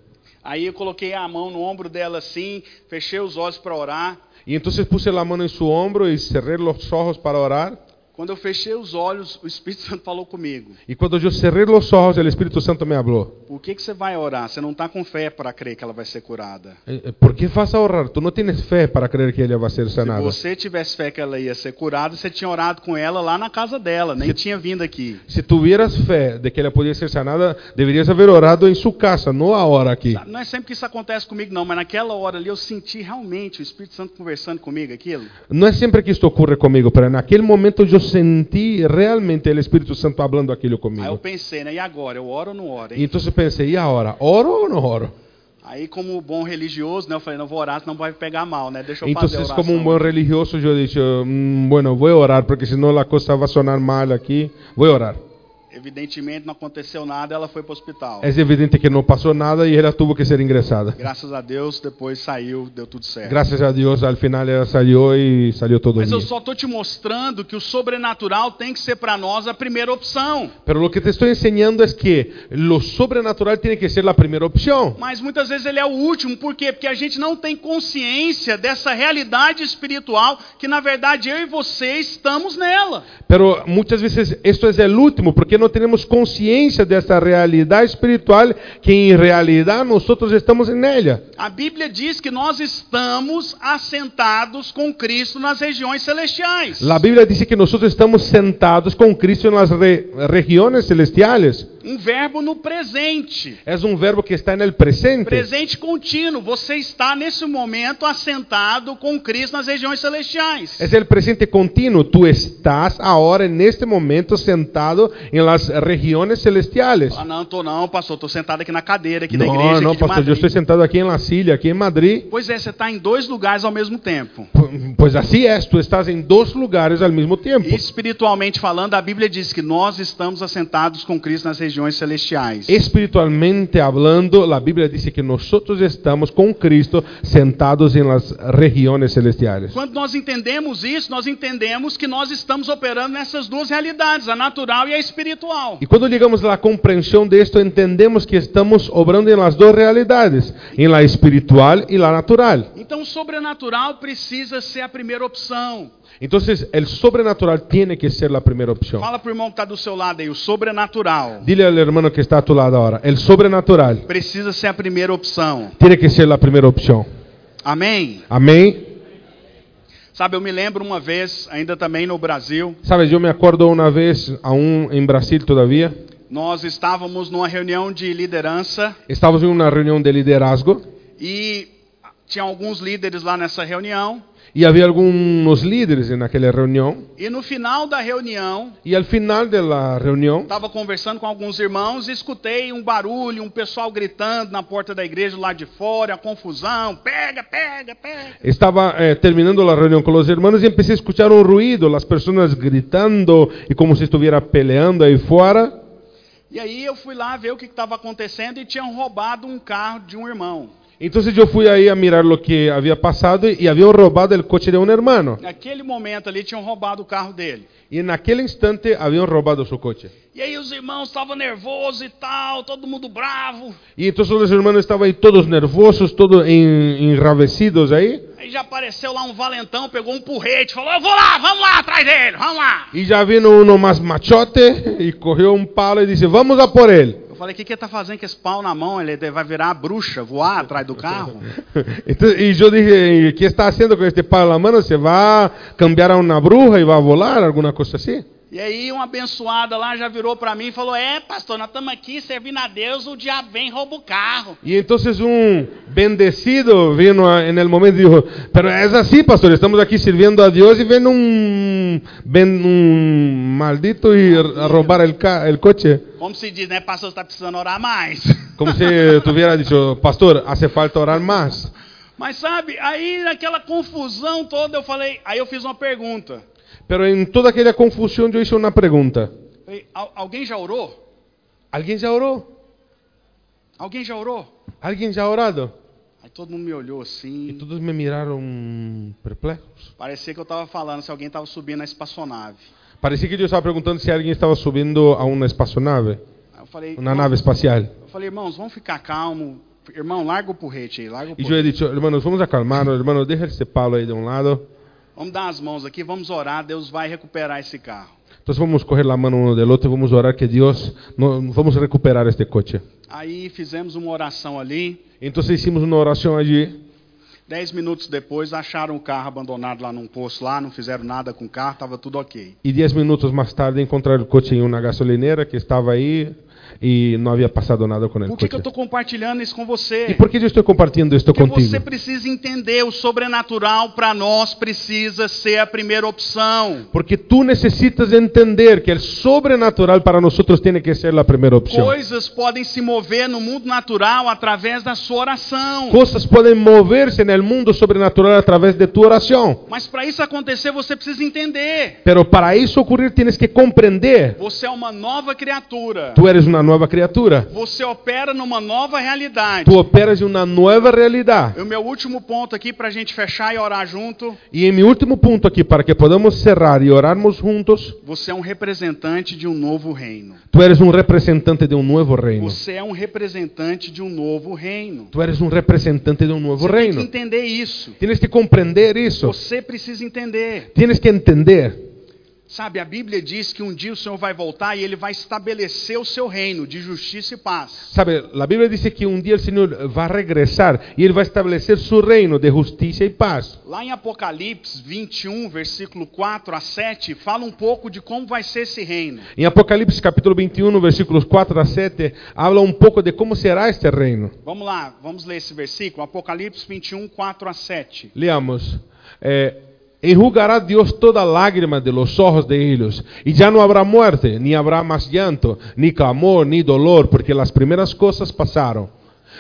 [SPEAKER 1] Aí eu coloquei a mão no ombro dela assim, fechei os olhos para orar.
[SPEAKER 2] Y entonces então, puse la mano en su hombro y cerré los ojos para orar.
[SPEAKER 1] Quando eu fechei os olhos, o Espírito Santo falou comigo:
[SPEAKER 2] Y cuando yo cerré los ojos, el Espíritu Santo me habló.
[SPEAKER 1] Por que, que você vai orar? Você não está com fé para crer que ela vai ser curada.
[SPEAKER 2] Eh, eh, ¿Por qué vas a orar? Tú no tienes fe para creer que ella va a ser
[SPEAKER 1] Se
[SPEAKER 2] sanada.
[SPEAKER 1] você tivesse fé que ela ia ser curada, você tinha orado com ela lá na casa dela, nem tinha vindo aqui.
[SPEAKER 2] Si tuvieras fe de que ella podía ser sanada, deberías haber orado en su casa, no ahora aquí.
[SPEAKER 1] Sabe, Não é sempre que isso acontece comigo, não, mas naquela hora ali eu senti realmente o Espírito Santo conversando comigo aquilo.
[SPEAKER 2] No es siempre é que esto ocurre conmigo, pero en aquel momento yo sentí realmente el Espíritu Santo hablando aquello
[SPEAKER 1] Aí eu
[SPEAKER 2] conmigo.
[SPEAKER 1] pensei, né? E agora? Eu oro ou não oro?
[SPEAKER 2] Y
[SPEAKER 1] Hein?
[SPEAKER 2] entonces pensé, ¿y ahora? ¿Oro o no oro?
[SPEAKER 1] Aí, como bom religioso, né? Eu falei, não vou orar, senão vai pegar mal, né? Deixa eu fazer a
[SPEAKER 2] Entonces,
[SPEAKER 1] oração.
[SPEAKER 2] Então, pues como um un buen religioso, yo he dicho, "Mm, bueno, voy a orar porque si no la cosa va a sonar mal aquí. Voy a orar.
[SPEAKER 1] Evidentemente não aconteceu nada, ela foi para o hospital.
[SPEAKER 2] Es evidente que no pasó nada y ella tuvo que ser ingresada.
[SPEAKER 1] Graças a Deus, depois saiu, deu tudo certo.
[SPEAKER 2] Gracias a Dios, al final ella salió y salió todo
[SPEAKER 1] Mas eu
[SPEAKER 2] bien.
[SPEAKER 1] só estou te mostrando que o sobrenatural tem que ser para nós a primeira opção.
[SPEAKER 2] Pero lo que te estoy enseñando es que lo sobrenatural tiene que ser la primera opción.
[SPEAKER 1] Mas muitas vezes ele é o último, por quê? Porque a gente não tem consciência dessa realidade espiritual que na verdade eu e você estamos nela.
[SPEAKER 2] Pero muchas veces esto es el último porque não temos consciência dessa realidade espiritual que em realidade nós estamos nela.
[SPEAKER 1] A Bíblia diz que nós estamos assentados com Cristo nas regiões celestiais.
[SPEAKER 2] A Bíblia diz que nós estamos sentados com Cristo nas re- regiões celestiais.
[SPEAKER 1] Um verbo no presente.
[SPEAKER 2] É um verbo que está no presente.
[SPEAKER 1] Presente contínuo. Você está nesse momento assentado com Cristo nas regiões celestiais.
[SPEAKER 2] É o presente contínuo. Tu estás agora, neste momento, sentado em las regiões celestiais.
[SPEAKER 1] Ah, não, tô não, pastor. Tô sentado aqui na cadeira aqui da igreja.
[SPEAKER 2] Não, não,
[SPEAKER 1] aqui de
[SPEAKER 2] pastor, eu
[SPEAKER 1] Madrid.
[SPEAKER 2] estou sentado aqui em La Silla, aqui em Madrid. Pues
[SPEAKER 1] Pois é, você está em dois lugares ao mesmo tempo.
[SPEAKER 2] P- Pois assim é, tu estás em dois lugares ao mesmo tempo.
[SPEAKER 1] Espiritualmente falando, a Bíblia diz que nós estamos assentados com Cristo nas regiões celestiais.
[SPEAKER 2] Espiritualmente hablando, a Bíblia diz que nós estamos com Cristo sentados em las regiões celestiais.
[SPEAKER 1] Quando nós entendemos isso, nós entendemos que nós estamos operando nessas duas realidades, a natural e a espiritual.
[SPEAKER 2] E quando chegamos à compreensão disto, entendemos que estamos obrando em las duas realidades, em la espiritual e la natural.
[SPEAKER 1] Então, o sobrenatural precisa ser a primeira opção.
[SPEAKER 2] Então, o sobrenatural tem que ser a primeira opção.
[SPEAKER 1] Fala pro irmão que está do seu lado aí, o sobrenatural
[SPEAKER 2] Dile ao hermano que está a tu lado agora, o sobrenatural
[SPEAKER 1] precisa ser a primeira opção.
[SPEAKER 2] tem que ser a primeira opção.
[SPEAKER 1] Amém?
[SPEAKER 2] Amém?
[SPEAKER 1] Sabe, eu me lembro uma vez, ainda também no Brasil,
[SPEAKER 2] Sabes, eu me acordo uma vez, aún em Brasil todavia,
[SPEAKER 1] nós estávamos numa reunião de liderança
[SPEAKER 2] estávamos em uma reunião de liderazgo
[SPEAKER 1] e tinha alguns líderes lá nessa reunião.
[SPEAKER 2] e havia alguns líderes naquela reunião.
[SPEAKER 1] E no final da reunião,
[SPEAKER 2] E ao final da reunião,
[SPEAKER 1] estava conversando com alguns irmãos e escutei um barulho, um pessoal gritando na porta da igreja lá de fora, a confusão, pega, pega, pega.
[SPEAKER 2] estava eh, terminando a reunião com os irmãos e comecei a escutar um ruído, as pessoas gritando e como se estivesse peleando aí fora.
[SPEAKER 1] E aí eu fui lá ver o que estava acontecendo e tinham roubado um carro de um irmão.
[SPEAKER 2] Então eu fui aí a mirar o que havia passado e haviam roubado o coche de um hermano.
[SPEAKER 1] Naquele momento ali tinham roubado o carro dele.
[SPEAKER 2] E naquele instante haviam roubado seu coche.
[SPEAKER 1] E aí os irmãos estavam nervosos e tal, todo mundo bravo.
[SPEAKER 2] E então os irmãos estavam aí todos nervosos, todos en- enravecidos aí.
[SPEAKER 1] Aí já apareceu lá um valentão, pegou um porrete, falou: Eu vou lá, vamos lá atrás dele, vamos lá.
[SPEAKER 2] E já vino um mais machote e correu um palo e disse: Vamos a por ele.
[SPEAKER 1] Eu falei: O que, que ele tá fazendo com esse pau na mão? Ele vai virar a bruxa, voar atrás do carro?
[SPEAKER 2] Então, e eu disse: "E que está fazendo com este palo na mano? Você vai cambiar a uma bruxa e vai voar? Alguma coisa assim?
[SPEAKER 1] E aí uma abençoada lá já virou pra mim e falou: "É, pastor, nós estamos aqui servindo a Deus, o diabo vem e rouba o carro".
[SPEAKER 2] E então um bendecido vino a- en el momento e disse: Pero é assim, pastor, estamos aqui servindo a Deus e vem um, ben- um maldito e a roubar o ca- el coche.
[SPEAKER 1] Como se diz, né, pastor, você tá precisando orar mais.
[SPEAKER 2] Como se tuviera dicho, pastor, hace falta orar más.
[SPEAKER 1] Mas sabe, aí naquela confusão toda eu falei, aí eu fiz uma pergunta.
[SPEAKER 2] Pero en toda aquella confusión yo hice una pregunta.
[SPEAKER 1] Falei, "Al- alguém já orou?
[SPEAKER 2] ¿Alguien ya oró?
[SPEAKER 1] Alguém já orou?
[SPEAKER 2] ¿Alguien ya ha orado?
[SPEAKER 1] Aí todo mundo me olhou assim,
[SPEAKER 2] Y todos me miraron perplejos.
[SPEAKER 1] parecia que eu tava falando se alguém tava subindo a espaçonave.
[SPEAKER 2] Parecía que yo estaba preguntando si alguien estaba subiendo a una espaçonave,
[SPEAKER 1] Aí eu falei,
[SPEAKER 2] una nave espacial.
[SPEAKER 1] eu falei, irmãos, vamos ficar calmo. Irmão, larga o porrete aí, larga o
[SPEAKER 2] Y yo he
[SPEAKER 1] porrete.
[SPEAKER 2] dicho, hermanos, vamos a calmarnos, hermanos, deja ese palo ahí de un lado.
[SPEAKER 1] Vamos dar as mãos aqui, vamos orar, Deus vai recuperar esse carro.
[SPEAKER 2] Entonces vamos a coger la mano uno del otro y vamos a orar que Dios, no, vamos a recuperar este coche.
[SPEAKER 1] Aí fizemos uma oração ali.
[SPEAKER 2] Entonces hicimos una oración allí.
[SPEAKER 1] Dez minutos depois acharam o carro abandonado lá num poço lá, não fizeram nada com o carro, estava tudo ok.
[SPEAKER 2] E 10 minutos mais tarde encontraram o coche em uma gasolineira que estava aí e não havia passado nada com ele.
[SPEAKER 1] Por que, que eu estou compartilhando isso com
[SPEAKER 2] E
[SPEAKER 1] você?
[SPEAKER 2] por que eu estou compartilhando isto
[SPEAKER 1] Porque você
[SPEAKER 2] contigo?
[SPEAKER 1] precisa entender, o sobrenatural para nós precisa ser a primeira opção.
[SPEAKER 2] Porque tu necessitas entender que o sobrenatural para nós tem que ser a primeira opção.
[SPEAKER 1] Coisas podem se mover no mundo natural através da sua oração.
[SPEAKER 2] Coisas podem mover-se no mundo sobrenatural através de tu oração.
[SPEAKER 1] Mas para isso acontecer, você precisa entender.
[SPEAKER 2] Pero para isso ocorrer, tienes que compreender.
[SPEAKER 1] Você é uma nova criatura.
[SPEAKER 2] Tu eres uma nova criatura.
[SPEAKER 1] Você opera numa nova realidade.
[SPEAKER 2] Tu operas em uma nova realidade.
[SPEAKER 1] E o meu último ponto aqui para a gente fechar e orar junto.
[SPEAKER 2] E em meu último ponto aqui, para que podamos cerrar e orarmos juntos,
[SPEAKER 1] Você é um representante de um novo reino.
[SPEAKER 2] tu eres um representante de um novo reino.
[SPEAKER 1] Você é um representante de um novo reino.
[SPEAKER 2] Tu eres um representante de um novo
[SPEAKER 1] Você tem que
[SPEAKER 2] reino.
[SPEAKER 1] entender isso.
[SPEAKER 2] Tienes que compreender isso.
[SPEAKER 1] Você precisa entender.
[SPEAKER 2] Tienes que entender.
[SPEAKER 1] Sabe, a Bíblia diz que um dia o Senhor vai voltar e ele vai estabelecer o seu reino de justiça e paz.
[SPEAKER 2] Sabe, la Biblia dice que un día el Señor va a regresar y Él va a establecer su reino de justicia y paz.
[SPEAKER 1] Lá em Apocalipse 21, versículo 4 a 7, fala um pouco de como vai ser esse reino.
[SPEAKER 2] En Apocalipsis capítulo 21, versículos 4 a 7, habla un poco de cómo será este reino.
[SPEAKER 1] Vamos lá, vamos ler esse versículo, Apocalipse 21, 4 a 7.
[SPEAKER 2] Leamos. eh, enjugará Dios toda lágrima de los ojos de ellos, y ya no habrá muerte, ni habrá más llanto, ni clamor, ni dolor, porque las primeras cosas pasaron.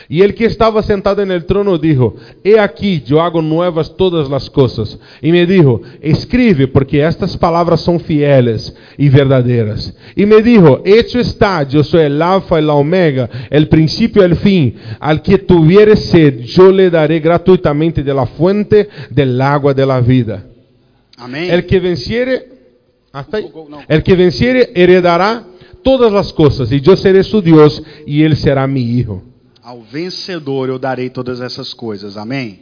[SPEAKER 2] Y el que estaba sentado en el trono dijo, He aquí yo hago nuevas todas las cosas. Y me dijo, Escribe, porque estas palabras son fieles y verdaderas. Y me dijo, Hecho está, yo soy el alfa y la omega, el principio y el fin. Al que tuviere sed, yo le daré gratuitamente de la fuente del agua de la vida.
[SPEAKER 1] Amém?
[SPEAKER 2] El que venciere, hasta ahí.
[SPEAKER 1] Go, go, no.
[SPEAKER 2] el que venciere heredará todas las cosas, y yo seré su Dios, y él será mi hijo.
[SPEAKER 1] Ao vencedor eu darei todas essas coisas. Amém?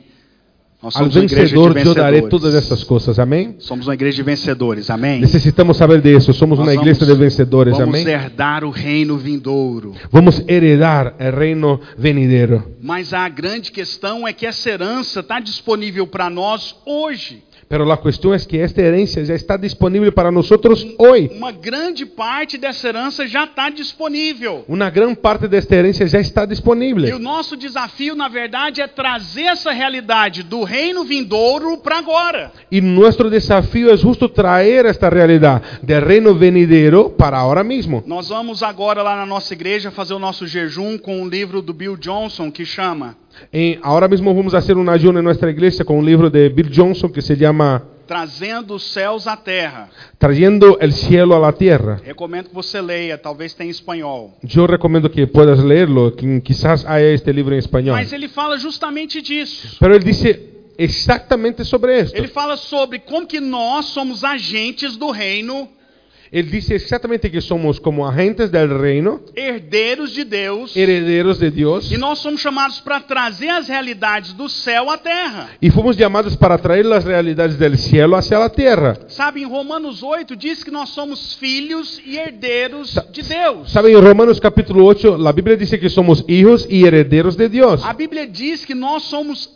[SPEAKER 1] Nós
[SPEAKER 2] Al
[SPEAKER 1] somos uma igreja de
[SPEAKER 2] vencedor yo daré
[SPEAKER 1] vencedores.
[SPEAKER 2] todas estas cosas, amén.
[SPEAKER 1] Somos uma igreja de vencedores. Amém?
[SPEAKER 2] Necesitamos saber de eso, somos
[SPEAKER 1] Nós
[SPEAKER 2] una iglesia de
[SPEAKER 1] vamos-
[SPEAKER 2] vencedores,
[SPEAKER 1] Vamos
[SPEAKER 2] amén.
[SPEAKER 1] herdar o reino vindouro.
[SPEAKER 2] Vamos a heredar el reino venidero.
[SPEAKER 1] Mas a grande questão é que essa herança está disponível para nós hoje.
[SPEAKER 2] Pero la cuestión es que esta herencia ya está disponible para nosotros hoy.
[SPEAKER 1] Uma grande parte dessa herança já está disponível.
[SPEAKER 2] Una gran parte de esta herencia ya
[SPEAKER 1] E
[SPEAKER 2] está
[SPEAKER 1] o
[SPEAKER 2] disponible.
[SPEAKER 1] nosso desafio, na verdade, é trazer essa realidade do reino vindouro para agora.
[SPEAKER 2] Y nuestro desafío es justo traer esta realidad del reino venidero para ahora mismo.
[SPEAKER 1] Nós vamos agora lá na nossa igreja fazer o nosso jejum com um livro do Bill Johnson que chama
[SPEAKER 2] Eh, ahora mismo vamos a hacer un ayuno en nuestra iglesia con un libro de Bill Johnson que se llama
[SPEAKER 1] Trazendo os Céus à Terra.
[SPEAKER 2] Trayendo el cielo a la tierra.
[SPEAKER 1] Recomendo que você leia, talvez tenha em espanhol.
[SPEAKER 2] Yo recomiendo que puedas leerlo, que quizás haya este libro en español.
[SPEAKER 1] Mas ele fala justamente disso.
[SPEAKER 2] Pero él dice exactamente sobre esto.
[SPEAKER 1] Ele fala sobre como que nós somos agentes do reino,
[SPEAKER 2] Él dice exactamente que somos como agentes del reino,
[SPEAKER 1] herdeiros de Deus,
[SPEAKER 2] herederos de Dios,
[SPEAKER 1] e nós somos chamados para trazer as realidades do céu à terra.
[SPEAKER 2] y fuimos llamados para traer las realidades del cielo hacia la tierra.
[SPEAKER 1] Sabe, em Romanos 8 diz que nós somos filhos e herdeiros de Deus.
[SPEAKER 2] Saben, en Romanos capítulo 8, la Biblia dice que somos hijos y herederos de Dios.
[SPEAKER 1] A Bíblia diz que nós somos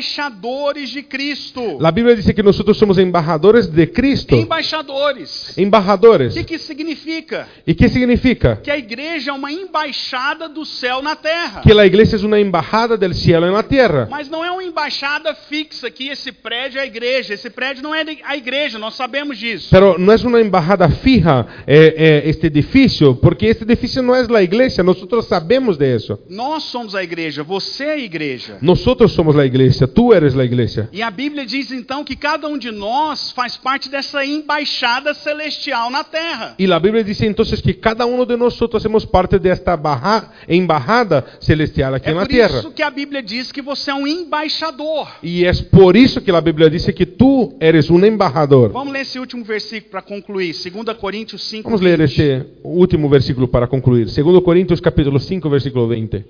[SPEAKER 1] embaixadores de Cristo.
[SPEAKER 2] La Biblia dice que nosotros somos embajadores de Cristo.
[SPEAKER 1] Embaixadores. O
[SPEAKER 2] Embajadores.
[SPEAKER 1] que, que isso significa?
[SPEAKER 2] ¿Y qué significa?
[SPEAKER 1] Que a igreja é uma embaixada do céu na terra.
[SPEAKER 2] Que la iglesia es una embajada del cielo en la tierra.
[SPEAKER 1] Mas não é uma embaixada fixa que esse prédio é a igreja. Esse prédio não é a igreja, nós sabemos disso.
[SPEAKER 2] Pero no es una embajada fija eh, eh, este edificio, porque este edificio no es la iglesia, nosotros sabemos de eso.
[SPEAKER 1] Nós somos a igreja, você é a igreja.
[SPEAKER 2] Nosotros somos la iglesia, tú eres la iglesia.
[SPEAKER 1] E a Bíblia diz então que cada um de nós faz parte dessa embaixada celestial na terra.
[SPEAKER 2] Y la Biblia dice entonces que cada uno de nosotros hacemos parte de esta baja- embajada celestial aquí
[SPEAKER 1] É
[SPEAKER 2] en la
[SPEAKER 1] por
[SPEAKER 2] tierra.
[SPEAKER 1] isso que a Bíblia diz que você é um embaixador.
[SPEAKER 2] Y es por eso que la Biblia dice que tú eres un embajador.
[SPEAKER 1] Vamos ler esse último versículo para concluir. 2 Coríntios 5.
[SPEAKER 2] Vamos a leer este último versículo para concluir. Segundo Corintios capítulo 5, versículo 20.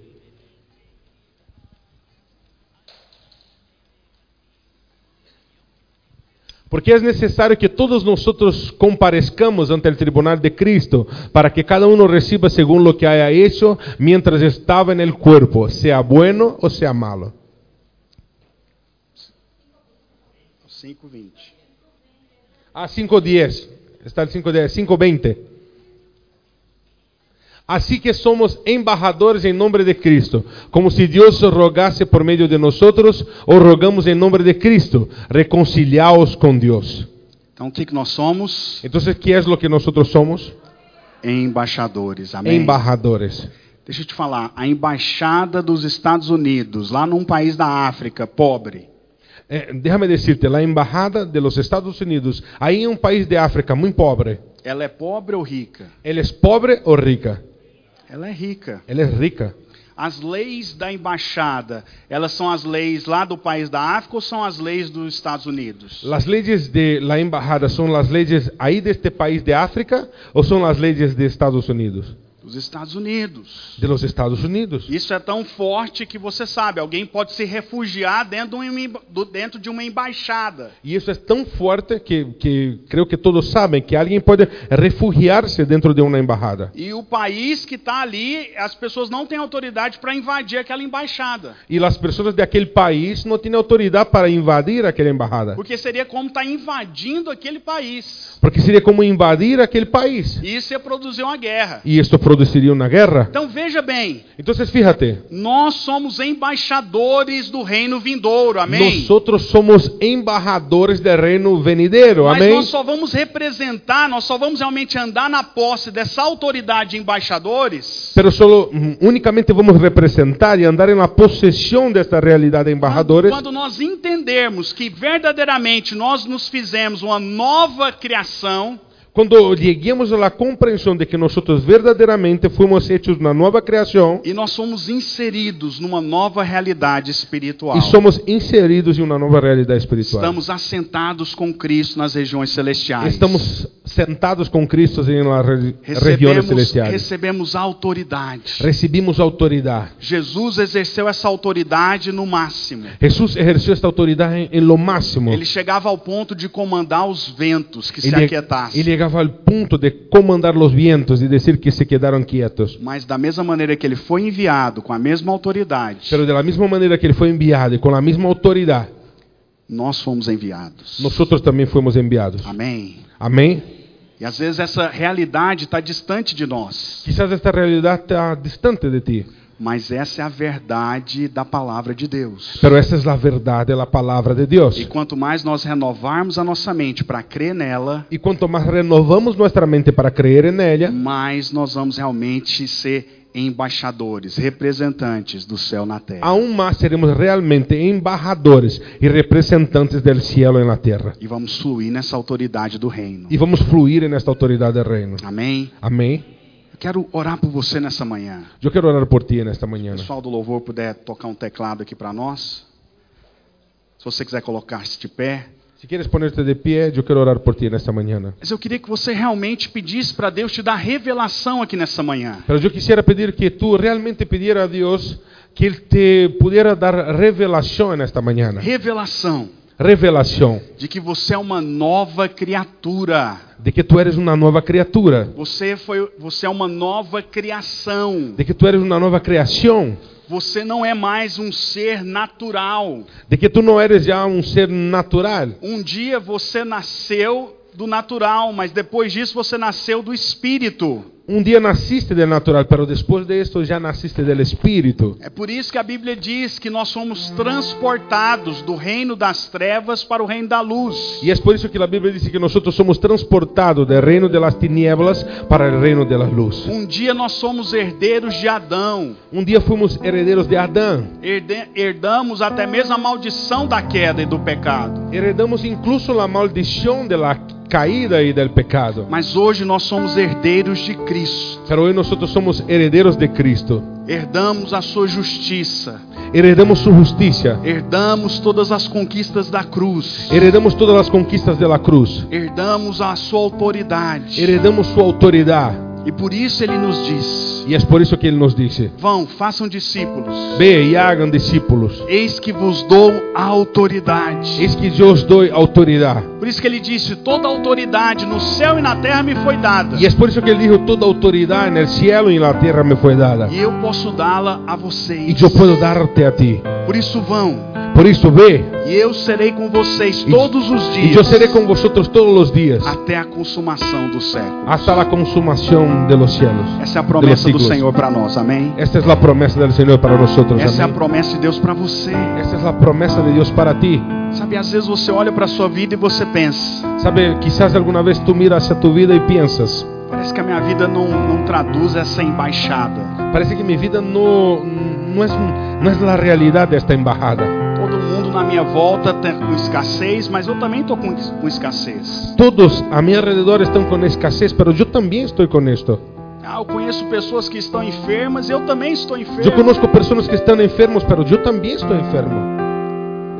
[SPEAKER 2] Porque es necesario que todos nosotros comparezcamos ante el tribunal de Cristo para que cada uno reciba según lo que haya hecho mientras estaba en el cuerpo, sea bueno o sea malo.
[SPEAKER 1] 5, 20.
[SPEAKER 2] A 5.10. Está el 5.10. 5.20. Así Assim que somos embajadores en nombre de Cristo, como si Dios rogase por medio de nosotros, o rogamos en nombre de Cristo, reconciliaos con Dios.
[SPEAKER 1] Então o que, que nós somos?
[SPEAKER 2] Entonces, ¿qué es lo que nosotros somos?
[SPEAKER 1] Embaixadores. Amém.
[SPEAKER 2] Embajadores.
[SPEAKER 1] Deixa eu te falar, a embaixada dos Estados Unidos, lá num país da África, pobre,
[SPEAKER 2] Eh, déjame decirte, la embajada de los Estados Unidos, ahí en un país de África muy pobre,
[SPEAKER 1] ela é pobre ou rica?
[SPEAKER 2] ¿él es pobre o rica?
[SPEAKER 1] Ela é rica.
[SPEAKER 2] Él es rica.
[SPEAKER 1] As leis da embaixada, elas são as leis lá do país da África ou são as leis dos Estados Unidos?
[SPEAKER 2] ¿Las leyes de la embajada son las leyes ahí de este país de África o son las leyes de Estados Unidos?
[SPEAKER 1] dos Estados Unidos.
[SPEAKER 2] de los Estados Unidos.
[SPEAKER 1] Isso é tão forte que você sabe, alguém pode se refugiar dentro de uma emba- do- dentro de uma embaixada.
[SPEAKER 2] Y eso es tan fuerte que, que creo que todos saben que alguien puede refugiarse dentro de una embajada.
[SPEAKER 1] E o país que está ali, as pessoas não têm autoridade para invadir aquela embaixada.
[SPEAKER 2] Y las personas de aquel país no tienen autoridad para invadir aquella embajada.
[SPEAKER 1] Porque seria como estar invadindo aquele país.
[SPEAKER 2] Porque sería como invadir aquel país.
[SPEAKER 1] E isso ia produzir uma guerra.
[SPEAKER 2] Y esto produciría una guerra.
[SPEAKER 1] Então veja bem,
[SPEAKER 2] Entonces fíjate,
[SPEAKER 1] nós somos embaixadores do reino vindouro, amém?
[SPEAKER 2] nosotros somos embajadores del reino venidero.
[SPEAKER 1] Mas
[SPEAKER 2] Amén.
[SPEAKER 1] nós só vamos representar, nós só vamos realmente andar na posse dessa autoridade de embaixadores
[SPEAKER 2] Pero solo mm, únicamente vamos representar y andar en la posesión de esta realidad de embajadores
[SPEAKER 1] quando nós entendermos que verdadeiramente nós nos fizemos uma nova criação,
[SPEAKER 2] Cuando lleguemos a la comprensión de que nosotros verdaderamente fuimos hechos una nueva creación
[SPEAKER 1] E nós somos inseridos numa nova realidade espiritual.
[SPEAKER 2] y somos inseridos en una nueva realidad espiritual.
[SPEAKER 1] Estamos assentados com Cristo nas regiões celestiais.
[SPEAKER 2] Estamos sentados con Cristo en las re- regiones
[SPEAKER 1] recebemos,
[SPEAKER 2] celestiales.
[SPEAKER 1] recebemos autoridade.
[SPEAKER 2] Recibimos autoridad.
[SPEAKER 1] Jesus exerceu essa autoridade no máximo.
[SPEAKER 2] Jesús ejerció esta autoridad en, en lo máximo.
[SPEAKER 1] Ele chegava ao ponto de comandar os ventos que se
[SPEAKER 2] Ele-
[SPEAKER 1] aquietassem.
[SPEAKER 2] y llegaba al punto de comandar los vientos y decir que se quedaron quietos.
[SPEAKER 1] Mas da mesma maneira que ele foi enviado, com a mesma autoridade,
[SPEAKER 2] Pero de la misma manera que Él fue enviado y con la misma autoridad,
[SPEAKER 1] nós fomos enviados.
[SPEAKER 2] nosotros también fuimos enviados.
[SPEAKER 1] Amém.
[SPEAKER 2] Amén.
[SPEAKER 1] E às vezes essa realidade está distante de nós.
[SPEAKER 2] Quizás esta realidad está distante de ti.
[SPEAKER 1] Mas essa é a verdade da palavra de Deus.
[SPEAKER 2] Pero esa es la verdad de la palabra de
[SPEAKER 1] E
[SPEAKER 2] Dios.
[SPEAKER 1] quanto mais nós renovarmos a nossa mente para crer nela,
[SPEAKER 2] Y cuanto más renovamos nuestra mente para creer en ella,
[SPEAKER 1] mais nós vamos realmente ser embaixadores, representantes do céu na terra.
[SPEAKER 2] aún más seremos realmente embajadores y representantes del cielo en la tierra.
[SPEAKER 1] E vamos fluir nessa autoridade do reino.
[SPEAKER 2] Y vamos a fluir en esta autoridad del reino.
[SPEAKER 1] Amém?
[SPEAKER 2] Amén.
[SPEAKER 1] Eu quero orar por você nessa manhã.
[SPEAKER 2] Yo quiero orar por ti en esta mañana.
[SPEAKER 1] pessoal do louvor puder tocar um teclado aqui para nós. Se você quiser colocar-se de pé.
[SPEAKER 2] Si quieres ponerte de pie, yo quiero orar por ti en esta mañana.
[SPEAKER 1] Mas eu queria que você realmente pedisse para Deus te dar revelação aqui nessa manhã.
[SPEAKER 2] Pero yo quisiera pedir que tú realmente pidiera a Dios que Él te pudiera dar revelación en esta mañana.
[SPEAKER 1] Revelação.
[SPEAKER 2] Revelación
[SPEAKER 1] de que você é uma nova criatura.
[SPEAKER 2] de que tú eres una nueva criatura,
[SPEAKER 1] Você foi, você é uma nova criação.
[SPEAKER 2] de que tú eres una nueva creación.
[SPEAKER 1] Você não é mais um ser natural.
[SPEAKER 2] de que tú no eres ya un ser natural.
[SPEAKER 1] Um dia você nasceu do natural, mas depois disso você nasceu do espírito.
[SPEAKER 2] Un día naciste del natural, pero después de esto ya naciste del espíritu.
[SPEAKER 1] É por isso que a Bíblia diz que nós somos transportados do reino das trevas para o reino da luz.
[SPEAKER 2] Y es por eso que la Biblia dice que nosotros somos transportados del reino de las tinieblas para el reino de la luz.
[SPEAKER 1] Um dia nós somos herdeiros de Adão.
[SPEAKER 2] Un día fuimos herederos de Adán.
[SPEAKER 1] Herde- herdamos até mesmo a maldição da queda e do pecado.
[SPEAKER 2] Heredamos incluso la maldición de la caída y del pecado.
[SPEAKER 1] Mas hoje nós somos herdeiros de Cristo.
[SPEAKER 2] Pero hoy nosotros somos herederos de Cristo.
[SPEAKER 1] Herdamos a sua justiça.
[SPEAKER 2] Heredamos su justicia.
[SPEAKER 1] Herdamos todas as conquistas da cruz.
[SPEAKER 2] Heredamos todas las conquistas de la cruz.
[SPEAKER 1] Herdamos a sua autoridade.
[SPEAKER 2] Heredamos su autoridad.
[SPEAKER 1] E por isso ele nos diz:
[SPEAKER 2] Y es por eso que Él nos dice,
[SPEAKER 1] Vão, façam discípulos.
[SPEAKER 2] ve y hagan discípulos.
[SPEAKER 1] Eis que vos dou a autoridade.
[SPEAKER 2] Eis que yo os doy autoridad.
[SPEAKER 1] Por isso que ele disse: Toda autoridade no céu e na terra me foi dada.
[SPEAKER 2] Y es por eso que él dijo, toda autoridad en el cielo y en la tierra me fue dada.
[SPEAKER 1] E eu posso dá-la a
[SPEAKER 2] Y
[SPEAKER 1] vocês.
[SPEAKER 2] yo puedo darte a ti.
[SPEAKER 1] Por isso vão.
[SPEAKER 2] Por eso ve.
[SPEAKER 1] E eu serei com vocês
[SPEAKER 2] E-
[SPEAKER 1] todos os
[SPEAKER 2] Y yo
[SPEAKER 1] dias.
[SPEAKER 2] seré con vosotros todos los días
[SPEAKER 1] Até a consumação do século.
[SPEAKER 2] hasta la consumación de los cielos.
[SPEAKER 1] Essa é a promessa
[SPEAKER 2] de
[SPEAKER 1] do
[SPEAKER 2] los siglos.
[SPEAKER 1] Senhor para nós, amém?
[SPEAKER 2] Esta es la promesa del Señor para nosotros.
[SPEAKER 1] Essa é a
[SPEAKER 2] amén.
[SPEAKER 1] promessa de Deus para você.
[SPEAKER 2] Esta es la promesa de Dios para ti.
[SPEAKER 1] Sabe, às vezes você olha para sua vida e você pensa:
[SPEAKER 2] Sabe, quizás alguna vez tú miras hacia tu vida y piensas,
[SPEAKER 1] parece que a minha vida não, não traduz essa embaixada.
[SPEAKER 2] parece que mi vida no, no, es, no es la realidad de esta embajada.
[SPEAKER 1] Todo mundo na minha volta está com escassez, mas eu também estou com, com escassez.
[SPEAKER 2] Todos a mi alrededor están con escasez, pero yo también estoy con esto.
[SPEAKER 1] Ah, eu conheço pessoas que estão enfermas, eu também estou
[SPEAKER 2] Yo
[SPEAKER 1] enfermo.
[SPEAKER 2] conozco personas que estão enfermos, pero yo también estoy enfermo.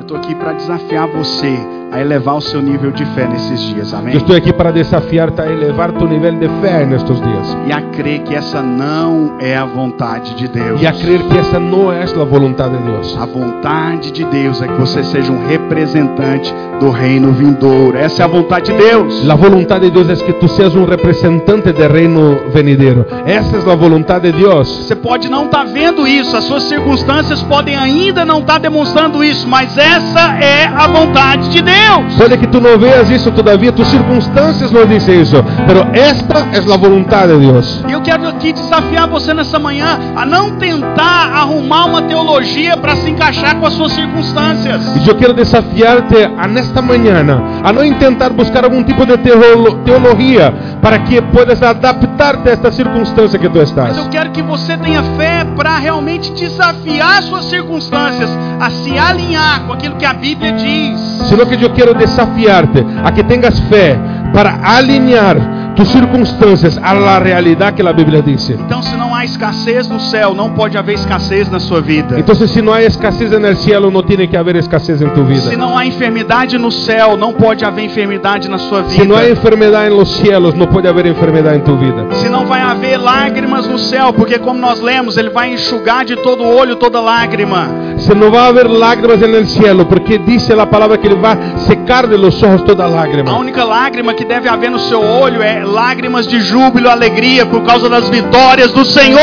[SPEAKER 1] Eu estou aqui para desafiar você a elevar o seu nível de fé nesses dias. Amém?
[SPEAKER 2] Yo estoy aquí para desafiarte a elevar tu nivel de fe en estos días
[SPEAKER 1] E a crer que essa não é a vontade de Deus.
[SPEAKER 2] y a creer que esa no es la voluntad de Dios.
[SPEAKER 1] A vontade de Deus é que você seja um representante do reino vindouro. Essa é a vontade de Deus.
[SPEAKER 2] La voluntad de Dios es que tú seas un representante del reino venidero. Esa es la voluntad de Dios.
[SPEAKER 1] Você pode não estar vendo isso, as suas circunstâncias podem ainda não estar demonstrando isso, mas essa é a vontade de Deus.
[SPEAKER 2] Puede que tú no veas eso todavía, tus circunstancias no dicen eso, pero esta es la voluntad de Dios.
[SPEAKER 1] E eu quero aqui desafiar você nessa manhã a não tentar arrumar uma teologia para se encaixar com as suas circunstâncias.
[SPEAKER 2] Y yo quiero desafiarte en esta mañana a no intentar buscar algún tipo de teolo- teología para que puedas adaptarte a esta circunstancia que tú
[SPEAKER 1] Mas eu
[SPEAKER 2] estás.
[SPEAKER 1] quero que você tenha fé para realmente desafiar suas circunstâncias a se alinhar com aquilo que a Bíblia diz.
[SPEAKER 2] Sino que yo quiero desafiarte a que tengas fe para alinear tus circunstancias a la realidad que la Biblia dice.
[SPEAKER 1] Então, se não há escassez no céu, não pode haver escassez na sua vida.
[SPEAKER 2] Entonces si no hay escasez en el cielo, no tiene que haber escasez en tu vida.
[SPEAKER 1] Se não há enfermidade no céu, não pode haver enfermidade na sua vida.
[SPEAKER 2] Si no hay enfermedad en los cielos, no puede haber enfermedad en tu vida.
[SPEAKER 1] Se não vai haver lágrimas no céu, porque como nós lemos, ele vai enxugar de todo o olho toda lágrima.
[SPEAKER 2] Se no va a haber lágrimas en el cielo, porque dice la palabra que le va a secar de los ojos toda lágrima.
[SPEAKER 1] A única lágrima que deve haver no seu olho é lágrimas de júbilo, alegria por causa das vitórias do
[SPEAKER 2] A
[SPEAKER 1] Senhor.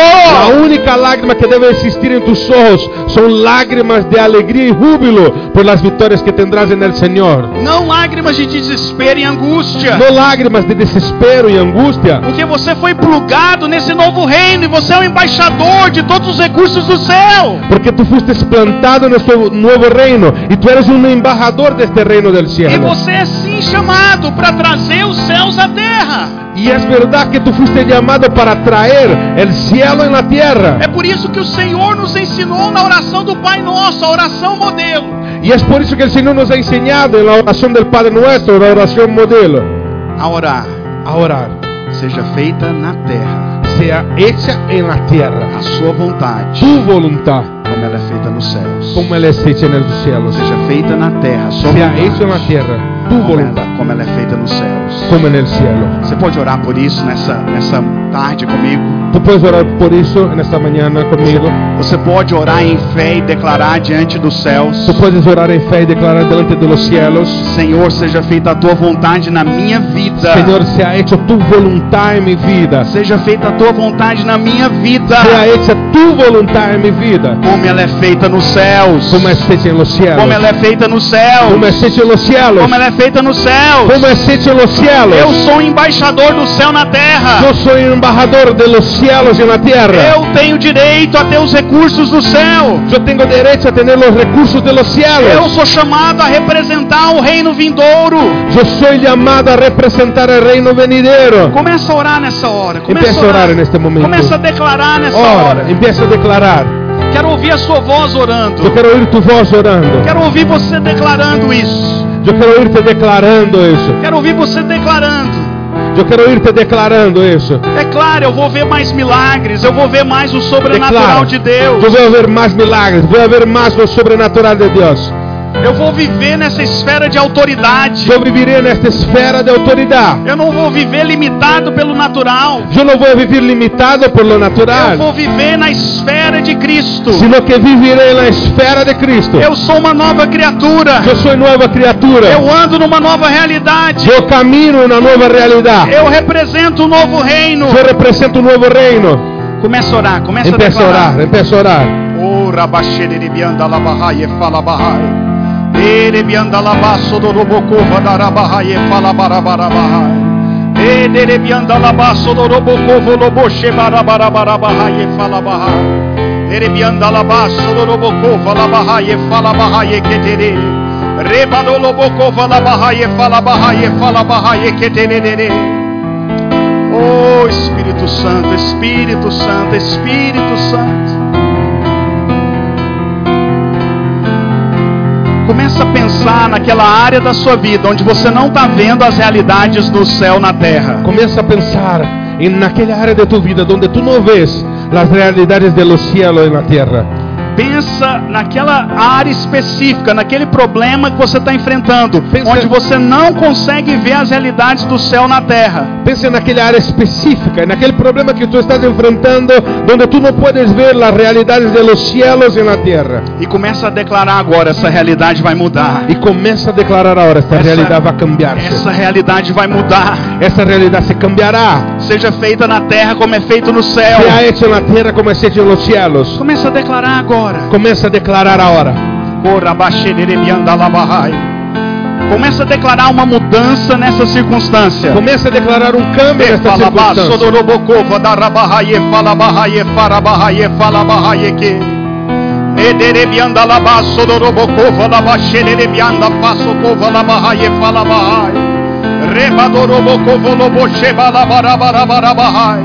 [SPEAKER 2] única lágrima que debe existir en tus ojos son lágrimas de alegría y júbilo por las victorias que tendrás en el Señor.
[SPEAKER 1] Não lágrimas de desespero e angústia.
[SPEAKER 2] No lágrimas de desespero y angustia,
[SPEAKER 1] Porque você foi plugado nesse novo reino e você é o embaixador de todos os recursos do céu.
[SPEAKER 2] porque tú fuiste plantado en este nuevo reino y tú eres un embajador de este reino del
[SPEAKER 1] E
[SPEAKER 2] cielo.
[SPEAKER 1] você é sim chamado para trazer os céus à terra.
[SPEAKER 2] Y es verdad que tú fuiste llamado para traer el cielo en la tierra.
[SPEAKER 1] É por isso que o Senhor nos ensinou na oração do Pai Nosso, a oração modelo.
[SPEAKER 2] Y es por eso que el Señor nos ha enseñado en la oración del Padre Nuestro, la oración modelo,
[SPEAKER 1] A orar,
[SPEAKER 2] a orar.
[SPEAKER 1] seja feita na terra
[SPEAKER 2] Sea hecha en la tierra
[SPEAKER 1] a sua vontade,
[SPEAKER 2] tu voluntad.
[SPEAKER 1] como ela é feita nos céus.
[SPEAKER 2] como ela é feita nos céus.
[SPEAKER 1] Seja feita na terra a sua
[SPEAKER 2] Seja
[SPEAKER 1] vontade,
[SPEAKER 2] isso na terra,
[SPEAKER 1] como
[SPEAKER 2] tu
[SPEAKER 1] ela,
[SPEAKER 2] voluntad,
[SPEAKER 1] como ela é feita nos céus.
[SPEAKER 2] como no céu.
[SPEAKER 1] Você pode orar por isso nessa, nessa tarde comigo?
[SPEAKER 2] Tu puedes orar por isso nesta manhã comigo.
[SPEAKER 1] Você pode orar em fé e declarar diante dos céus:
[SPEAKER 2] Tu puedes orar em fé e declarar delante de los cielos:
[SPEAKER 1] Senhor, seja feita a tua vontade na minha vida.
[SPEAKER 2] Senhor, sea hecho tu voluntad em minha vida.
[SPEAKER 1] Seja feita a tua vontade na minha vida,
[SPEAKER 2] Sea hecha tu voluntad em minha vida,
[SPEAKER 1] como ela é feita nos céus.
[SPEAKER 2] como é feita nos cielos.
[SPEAKER 1] Como ela é feita no céu.
[SPEAKER 2] Como é feita nos cielos.
[SPEAKER 1] Como ela é feita no céu.
[SPEAKER 2] Como é feita nos
[SPEAKER 1] Eu
[SPEAKER 2] cielos.
[SPEAKER 1] sou um embaixador do céu na terra.
[SPEAKER 2] Eu sou embajador de los cielos e na terra.
[SPEAKER 1] Eu tenho direito a ter os recursos do céu.
[SPEAKER 2] Eu tenho direito a ter os recursos de los
[SPEAKER 1] Eu
[SPEAKER 2] cielos.
[SPEAKER 1] sou chamado a representar o reino vindouro.
[SPEAKER 2] Yo soy llamado a representar el reino venidero.
[SPEAKER 1] Começa a orar nessa hora. Começa
[SPEAKER 2] Empieza a orar neste momento.
[SPEAKER 1] Começa a declarar nessa
[SPEAKER 2] Ora,
[SPEAKER 1] hora.
[SPEAKER 2] empieza a declarar.
[SPEAKER 1] Quero ouvir a sua voz orando.
[SPEAKER 2] Yo quiero oír tu voz orando.
[SPEAKER 1] Quero ouvir você declarando isso.
[SPEAKER 2] Yo quiero oírte declarando eso.
[SPEAKER 1] Quero ouvir você declarando.
[SPEAKER 2] Yo quiero oírte declarando eso.
[SPEAKER 1] Declara, É eu vou ver mais milagres, eu vou ver mais o sobrenatural
[SPEAKER 2] Declara.
[SPEAKER 1] de Deus.
[SPEAKER 2] Yo voy a ver más milagros. Voy a ver más lo sobrenatural de Dios.
[SPEAKER 1] Eu vou viver nessa esfera de autoridade.
[SPEAKER 2] Yo viviré en esta esfera de autoridad.
[SPEAKER 1] Eu não vou viver limitado pelo natural.
[SPEAKER 2] Yo no voy a vivir limitado por lo
[SPEAKER 1] Eu
[SPEAKER 2] natural,
[SPEAKER 1] vou viver na esfera de Cristo.
[SPEAKER 2] sino que viviré en la esfera de Cristo.
[SPEAKER 1] Eu sou uma nova criatura.
[SPEAKER 2] Yo soy nueva criatura.
[SPEAKER 1] Eu ando numa nova realidade.
[SPEAKER 2] Yo camino una nueva realidad.
[SPEAKER 1] Eu represento um novo reino.
[SPEAKER 2] Yo represento un nuevo reino.
[SPEAKER 1] Começa a orar, começa a
[SPEAKER 2] Empieza a
[SPEAKER 1] declarar.
[SPEAKER 2] orar, empieza a orar.
[SPEAKER 1] Ora baixeribianda labarraie fala barrai. Erebianda labasso do robocova darabarraie fala barabarabarrai. Erebianda labasso do robocovo loboche barabarabarabarraie fala barrai. Erebianda labasso do robocova labarraie fala barraie quetere. Rebado lobocova labarraie fala barraie fala barraie quetere. Oh Espírito Santo, Espírito Santo, Espírito Santo. Começa a pensar naquela área da sua vida onde você não está vendo as realidades do céu na terra.
[SPEAKER 2] Comienza a pensar en aquella área de tu vida donde tú no ves las realidades de los cielos en la tierra.
[SPEAKER 1] Pensa naquela área específica, naquele problema que você está enfrentando,
[SPEAKER 2] Pensa-
[SPEAKER 1] onde você não consegue ver as realidades do céu na terra.
[SPEAKER 2] Pensa naquela área específica, naquele problema que tú estás enfrentando, donde tú no puedes ver las realidades de los cielos en la tierra.
[SPEAKER 1] E começa a declarar agora: essa realidade vai mudar.
[SPEAKER 2] Y comienza a declarar ahora, esta
[SPEAKER 1] Essa-
[SPEAKER 2] realidad va a cambiarse.
[SPEAKER 1] Essa realidade vai mudar.
[SPEAKER 2] Esta realidad se cambiará.
[SPEAKER 1] Seja feita na terra como é feito no céu.
[SPEAKER 2] Se ha hecho en la tierra como es hecho en los cielos.
[SPEAKER 1] Começa a declarar agora.
[SPEAKER 2] Comienza a declarar ahora.
[SPEAKER 1] Corabaxererebiandalabahai. Começa a declarar uma mudança nessa circunstância.
[SPEAKER 2] Comienza a declarar un cambio en esta circunstancia.
[SPEAKER 1] Falabasodorobokova darabahaie falabahaie farabahaie falabahaieque. Ederebiandalabasodorobokova labaxererebianda pasokova labahaie falabahai. Rebadorobokovo lobosheba labarabarabarabarabahai.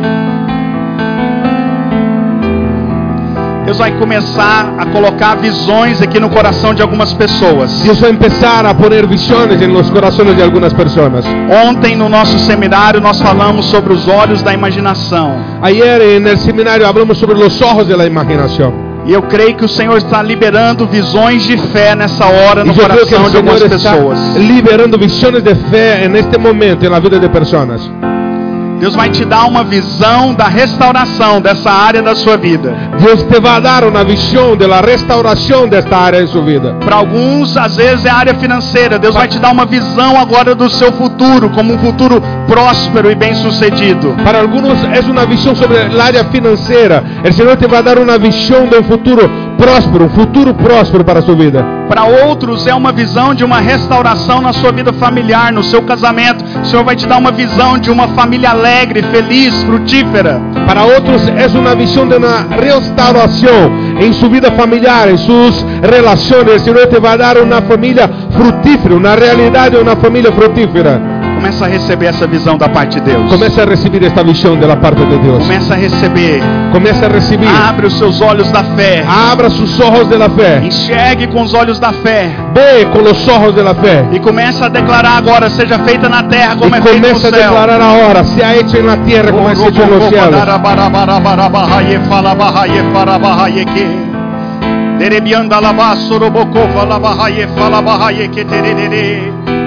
[SPEAKER 1] Deus vai começar a colocar visões aqui no coração de algumas pessoas.
[SPEAKER 2] Dios va a é empezar a poner visiones en los corazones de algunas personas.
[SPEAKER 1] Ontem no nosso seminário nós falamos sobre os olhos da imaginação.
[SPEAKER 2] Ayer en el seminario hablamos sobre los ojos de la imaginación.
[SPEAKER 1] E eu creio que o Senhor está liberando visões de fé nessa hora
[SPEAKER 2] Y
[SPEAKER 1] no
[SPEAKER 2] yo creo que
[SPEAKER 1] coração
[SPEAKER 2] el
[SPEAKER 1] de algumas
[SPEAKER 2] Señor está
[SPEAKER 1] pessoas.
[SPEAKER 2] liberando visiones de fe en este momento en la vida de personas.
[SPEAKER 1] Deus vai te dar uma visão da restauração dessa área da sua vida.
[SPEAKER 2] Dios te va a dar una visión de la restauración de esta área de su vida.
[SPEAKER 1] Para alguns, às vezes é a área financeira. Deus vai te dar uma visão agora do seu futuro, como um futuro próspero e bem-sucedido.
[SPEAKER 2] Para algunos es una visión sobre el área financiera. El Señor te va a dar una visión de un futuro próspero, un futuro próspero para su vida.
[SPEAKER 1] Para outros é uma visão de uma restauração na sua vida familiar, no seu casamento. O Senhor vai te dar uma visão de uma família alegre, feliz, frutífera.
[SPEAKER 2] Para otros es una visión de una restauración en su vida familiar, en sus relaciones. El Señor te va a dar una familia fructífera, una realidad de una familia fructífera.
[SPEAKER 1] Começa a receber essa visão da parte de Deus.
[SPEAKER 2] Comienza a recibir esta visión de la parte de Dios.
[SPEAKER 1] Começa a receber.
[SPEAKER 2] Comienza a recibir.
[SPEAKER 1] Abre os seus olhos da fé.
[SPEAKER 2] Abra sus ojos de la fe.
[SPEAKER 1] Enxergue com os olhos da fé.
[SPEAKER 2] Ve con los ojos de la fe.
[SPEAKER 1] E começa a declarar agora, seja feita na terra como
[SPEAKER 2] y
[SPEAKER 1] é feita no
[SPEAKER 2] comienza a
[SPEAKER 1] céu.
[SPEAKER 2] declarar ahora, se ha hecho en la tierra como é es hecho en los cielos.
[SPEAKER 1] Derebianda labasso robocova labahaie falabahaie que tererere.